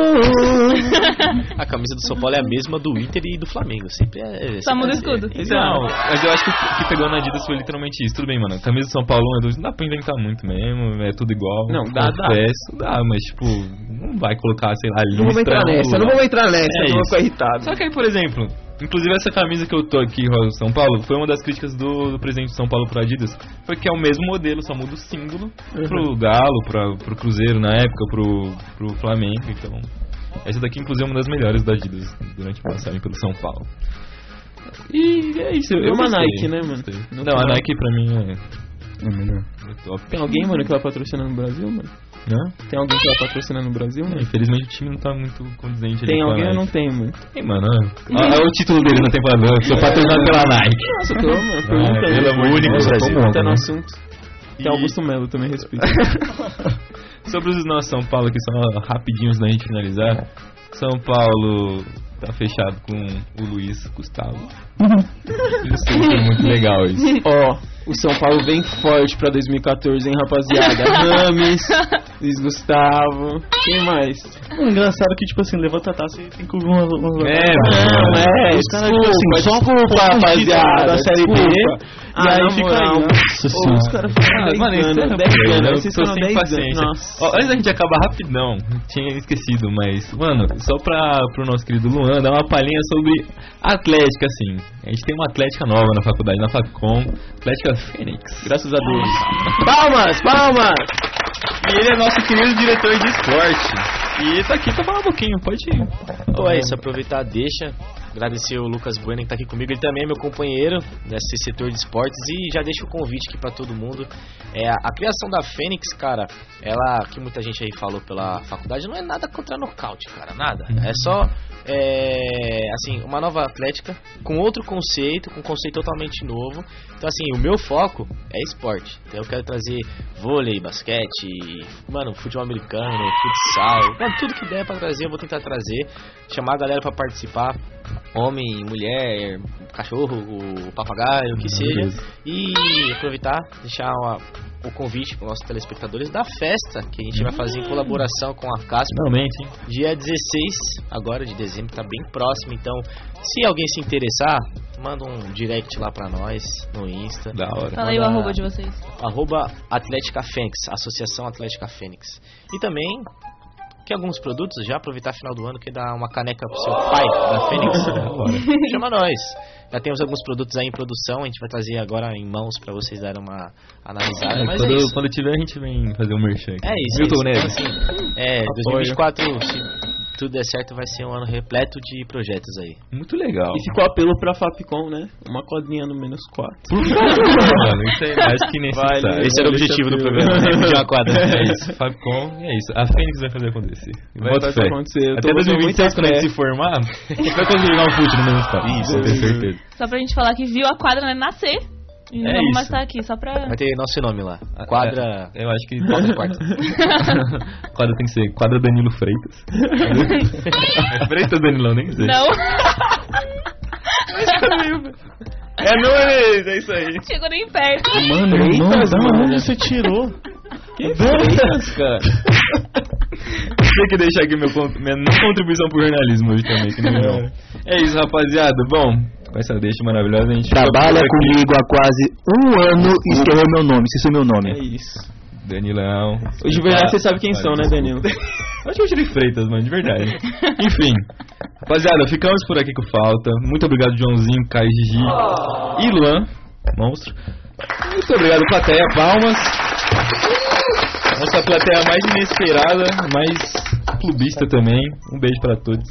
[SPEAKER 8] A camisa do São Paulo é a mesma do Inter e do Flamengo. Sempre é.
[SPEAKER 7] Só muda o
[SPEAKER 8] sempre é-
[SPEAKER 7] escudo.
[SPEAKER 6] Então,
[SPEAKER 5] Não, mas eu acho que o que pegou na Adidas foi literalmente isso. Tudo bem, mano. Camisa do São Paulo é do... dá pra inventar muito mesmo, é tudo igual.
[SPEAKER 6] Não, dá, dá.
[SPEAKER 5] confesso, dá. mas tipo, não vai colocar, sei lá, listra.
[SPEAKER 6] Não vou entrar
[SPEAKER 5] ou-
[SPEAKER 6] nessa, não vou entrar nessa,
[SPEAKER 5] É
[SPEAKER 6] eu vou
[SPEAKER 5] isso.
[SPEAKER 6] ficar irritado.
[SPEAKER 5] Só que aí, por exemplo, inclusive essa camisa que eu tô aqui, Rosa São Paulo, foi uma das críticas do, do presidente de São Paulo pro Adidas. Foi que é o mesmo modelo, só muda o símbolo
[SPEAKER 6] Uhum.
[SPEAKER 5] pro Galo, pra, pro Cruzeiro na época, pro, pro Flamengo. Então, essa daqui, inclusive, é uma das melhores da Adidas durante a passagem pelo São Paulo. E é isso, eu,
[SPEAKER 6] É
[SPEAKER 5] eu
[SPEAKER 6] uma
[SPEAKER 5] gostei,
[SPEAKER 6] Nike, né, mano?
[SPEAKER 5] gostei. Não,
[SPEAKER 6] No
[SPEAKER 5] a
[SPEAKER 6] final.
[SPEAKER 5] Nike pra mim é,
[SPEAKER 9] É melhor.
[SPEAKER 5] é top.
[SPEAKER 6] Tem alguém, mano, que vai patrocinar no Brasil, mano?
[SPEAKER 5] Hã?
[SPEAKER 6] Tem alguém que vai patrocinar no Brasil, mano?
[SPEAKER 5] Infelizmente o time não tá muito condizente ali
[SPEAKER 6] Tem
[SPEAKER 5] com a
[SPEAKER 6] alguém ou
[SPEAKER 5] Nike.
[SPEAKER 6] não tem, mano?
[SPEAKER 5] Ei, mano, é. olha olha o título dele na temporada, sou patrocinado pela Nike.
[SPEAKER 6] Nossa, tô, mano.
[SPEAKER 5] Ah,
[SPEAKER 6] Pergunta
[SPEAKER 5] pelo amor de Deus, eu tô morto,
[SPEAKER 6] Tá no
[SPEAKER 5] né?
[SPEAKER 6] assunto. Tem
[SPEAKER 5] E-
[SPEAKER 6] Augusto Melo
[SPEAKER 5] (laughs)
[SPEAKER 6] também, respeito.
[SPEAKER 5] Sobre os nossos São Paulo, que são rapidinhos da gente finalizar. São Paulo tá fechado com o Luiz
[SPEAKER 6] (laughs)
[SPEAKER 5] Gustavo. Eu sei que é muito legal isso.
[SPEAKER 6] Ó, o São Paulo vem forte pra 2014, hein,
[SPEAKER 5] (laughs)
[SPEAKER 6] rapaziada? Rames, Luiz Gustavo, quem mais?
[SPEAKER 9] É engraçado que, tipo assim, levanta a taça e tem que ouvir uma. uma
[SPEAKER 6] É, mano, é,
[SPEAKER 9] Os caras, tipo
[SPEAKER 6] desculpa,
[SPEAKER 9] assim, só por
[SPEAKER 6] desculpa, rapaziada,
[SPEAKER 9] da série B.
[SPEAKER 6] desculpa.
[SPEAKER 9] E
[SPEAKER 6] Ah, na
[SPEAKER 9] aí fica
[SPEAKER 6] moral.
[SPEAKER 9] aí. Nossa
[SPEAKER 6] Ô, os caras ficam
[SPEAKER 5] Ah,
[SPEAKER 6] 10
[SPEAKER 5] mano, isso é
[SPEAKER 6] anos, 10
[SPEAKER 5] rapidinho,
[SPEAKER 6] anos,
[SPEAKER 5] eu
[SPEAKER 6] né, vocês
[SPEAKER 5] tô
[SPEAKER 6] foram
[SPEAKER 5] sem
[SPEAKER 6] 10 anos.
[SPEAKER 5] paciência.
[SPEAKER 6] Nossa.
[SPEAKER 5] Ó, antes da gente acabar rapidão, tinha esquecido, mas, mano, só pra, pro nosso querido Luan dar uma palhinha sobre Atlética, assim. A gente tem uma Atlética nova na faculdade, na Facom, Atlética Fênix.
[SPEAKER 6] Graças a Deus.
[SPEAKER 5] Palmas, palmas! E ele é nosso querido diretor de esporte. E tá aqui pra falar um pouquinho, pode ir.
[SPEAKER 8] Então é isso, aproveitar, deixa. Agradecer o Lucas Bueno que tá aqui comigo, ele também é meu companheiro nesse setor de esportes e já deixa o convite aqui pra todo mundo. É, a, a criação da Fênix, cara, ela que muita gente aí falou pela faculdade, não é nada contra nocaute, cara, nada. É só é, assim, uma nova atlética com outro conceito, com um conceito totalmente novo. Então assim, o meu foco é esporte. Então eu quero trazer vôlei, basquete, mano, futebol americano, futsal, mano, tudo que der pra trazer, eu vou tentar trazer, chamar a galera pra participar, homem, mulher, cachorro, o papagaio, o que seja, e aproveitar, deixar uma- o convite para nossos telespectadores da festa que a gente vai fazer em colaboração com a Caspa.
[SPEAKER 5] Finalmente, hein?
[SPEAKER 8] Dia 16, agora de dezembro, tá bem próximo, então se alguém se interessar, manda um direct lá pra nós no Insta.
[SPEAKER 5] Da hora.
[SPEAKER 7] Fala aí o
[SPEAKER 8] Manda-
[SPEAKER 7] arroba de vocês.
[SPEAKER 8] Arroba Atlética Fênix, Associação Atlética Fênix. E também que alguns produtos já aproveitar final do ano que dá uma caneca pro seu pai da Fênix. né, Chama nós. Já temos alguns produtos aí em produção, a gente vai trazer agora em mãos pra vocês darem uma analisada.
[SPEAKER 5] É, (laughs)
[SPEAKER 8] Mas
[SPEAKER 5] quando,
[SPEAKER 8] é isso.
[SPEAKER 5] quando tiver, a gente vem fazer um merchan aqui.
[SPEAKER 8] É isso.
[SPEAKER 5] Milton
[SPEAKER 8] é,
[SPEAKER 5] Neves.
[SPEAKER 8] isso. Então, assim, é 2024, se tudo der certo, vai ser um ano repleto de projetos aí.
[SPEAKER 5] Muito legal.
[SPEAKER 6] E ficou apelo pra Fapcom, né? Uma codinha no menos 4.
[SPEAKER 5] Por favor, mano, isso é mais que necessário.
[SPEAKER 6] Vai, né?
[SPEAKER 5] Esse
[SPEAKER 8] era o objetivo do programa, né? Pedir
[SPEAKER 5] (laughs)
[SPEAKER 8] uma quadra.
[SPEAKER 5] É isso, Fabcom, é isso. A Fênix vai fazer acontecer.
[SPEAKER 6] Vai
[SPEAKER 5] Bota
[SPEAKER 6] fazer
[SPEAKER 5] fé.
[SPEAKER 6] acontecer. Eu tô
[SPEAKER 5] Até
[SPEAKER 6] botando
[SPEAKER 5] 2026,
[SPEAKER 6] muita
[SPEAKER 5] quando a gente
[SPEAKER 6] fé.
[SPEAKER 5] se (laughs) formar, a gente vai conseguir jogar um fute no menos quatro.
[SPEAKER 8] Isso,
[SPEAKER 5] eu tenho
[SPEAKER 8] isso.
[SPEAKER 5] certeza.
[SPEAKER 7] Só pra gente falar que viu a quadra né, nascer. E
[SPEAKER 8] É
[SPEAKER 7] vamos
[SPEAKER 8] isso.
[SPEAKER 7] mais estar aqui, só pra.
[SPEAKER 8] Vai ter nosso nome lá.
[SPEAKER 6] Ah, é.
[SPEAKER 8] Quadra.
[SPEAKER 5] Eu acho que. (laughs)
[SPEAKER 8] Quadra quarta.
[SPEAKER 5] Quadra tem que ser quadra Danilo (laughs) Freitas. é Freitas Danilão, nem sei.
[SPEAKER 7] Não.
[SPEAKER 5] É nóis, é isso aí.
[SPEAKER 7] Chegou nem perto.
[SPEAKER 10] Mano, não,
[SPEAKER 5] Freitas,
[SPEAKER 10] da
[SPEAKER 5] mano.
[SPEAKER 10] onde você tirou?
[SPEAKER 5] Que Freitas, cara? Tem que deixar aqui meu, con- minha não contribuição pro jornalismo hoje também, que nem eu não. É isso, rapaziada. Bom, com essa deixa maravilhosa a gente. fica por
[SPEAKER 1] Trabalha
[SPEAKER 5] aqui.
[SPEAKER 1] comigo há quase um ano e escreveu meu nome, esqueceu meu nome.
[SPEAKER 6] É isso.
[SPEAKER 5] Danilão.
[SPEAKER 6] Os de verdade vocês sabem quem são, né, Danilo?
[SPEAKER 5] Acho que eu tirei Freitas, mano, de
[SPEAKER 6] (laughs)
[SPEAKER 5] verdade. Enfim. Rapaziada, ficamos por aqui com falta. Muito obrigado, Joãozinho, Caio, Gigi e Luan. Monstro. Muito obrigado, plateia. Palmas. Nossa plateia mais inesperada, mais clubista também. Um beijo pra todos.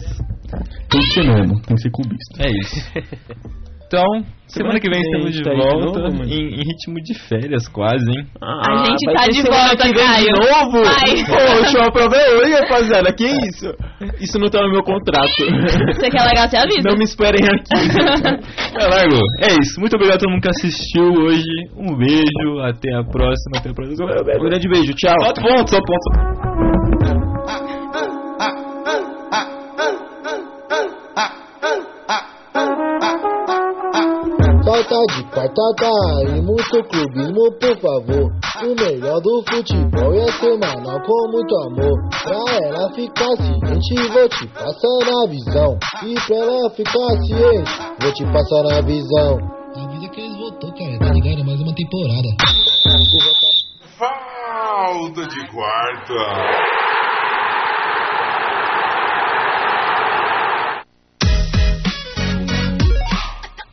[SPEAKER 10] Tem que ser mesmo, tem que ser clubista.
[SPEAKER 5] É isso. Então, semana, que vem estamos de
[SPEAKER 6] a gente tá aí de
[SPEAKER 5] volta.
[SPEAKER 6] novo, mano?
[SPEAKER 5] em, em ritmo de férias, quase, hein?
[SPEAKER 7] A gente
[SPEAKER 6] Ah, vai
[SPEAKER 7] tá
[SPEAKER 6] ter
[SPEAKER 7] de
[SPEAKER 6] semana
[SPEAKER 7] volta,
[SPEAKER 6] que vem
[SPEAKER 7] Caio.
[SPEAKER 6] De novo?
[SPEAKER 7] Vai.
[SPEAKER 6] Pô, o show problema é hoje, rapaziada. Que isso? Isso não tá no meu contrato. (laughs)
[SPEAKER 7] Você quer largar, você avisa.
[SPEAKER 6] Não me esperem aqui.
[SPEAKER 5] É, largo. É isso. Muito obrigado a todo mundo que assistiu hoje. Um beijo. Até a próxima. Até a próxima. Um grande beijo. Tchau. Só ponto, só ponto.
[SPEAKER 15] Falta de patata e muito clubismo, por favor. O melhor do futebol é semanal com muito amor. Pra ela ficar ciente, vou te passar a visão. E pra ela ficar ciente, vou te passar a visão. Talvez é que eles voltou, cara, tá ligado? Mais uma temporada.
[SPEAKER 4] Falta de quarta.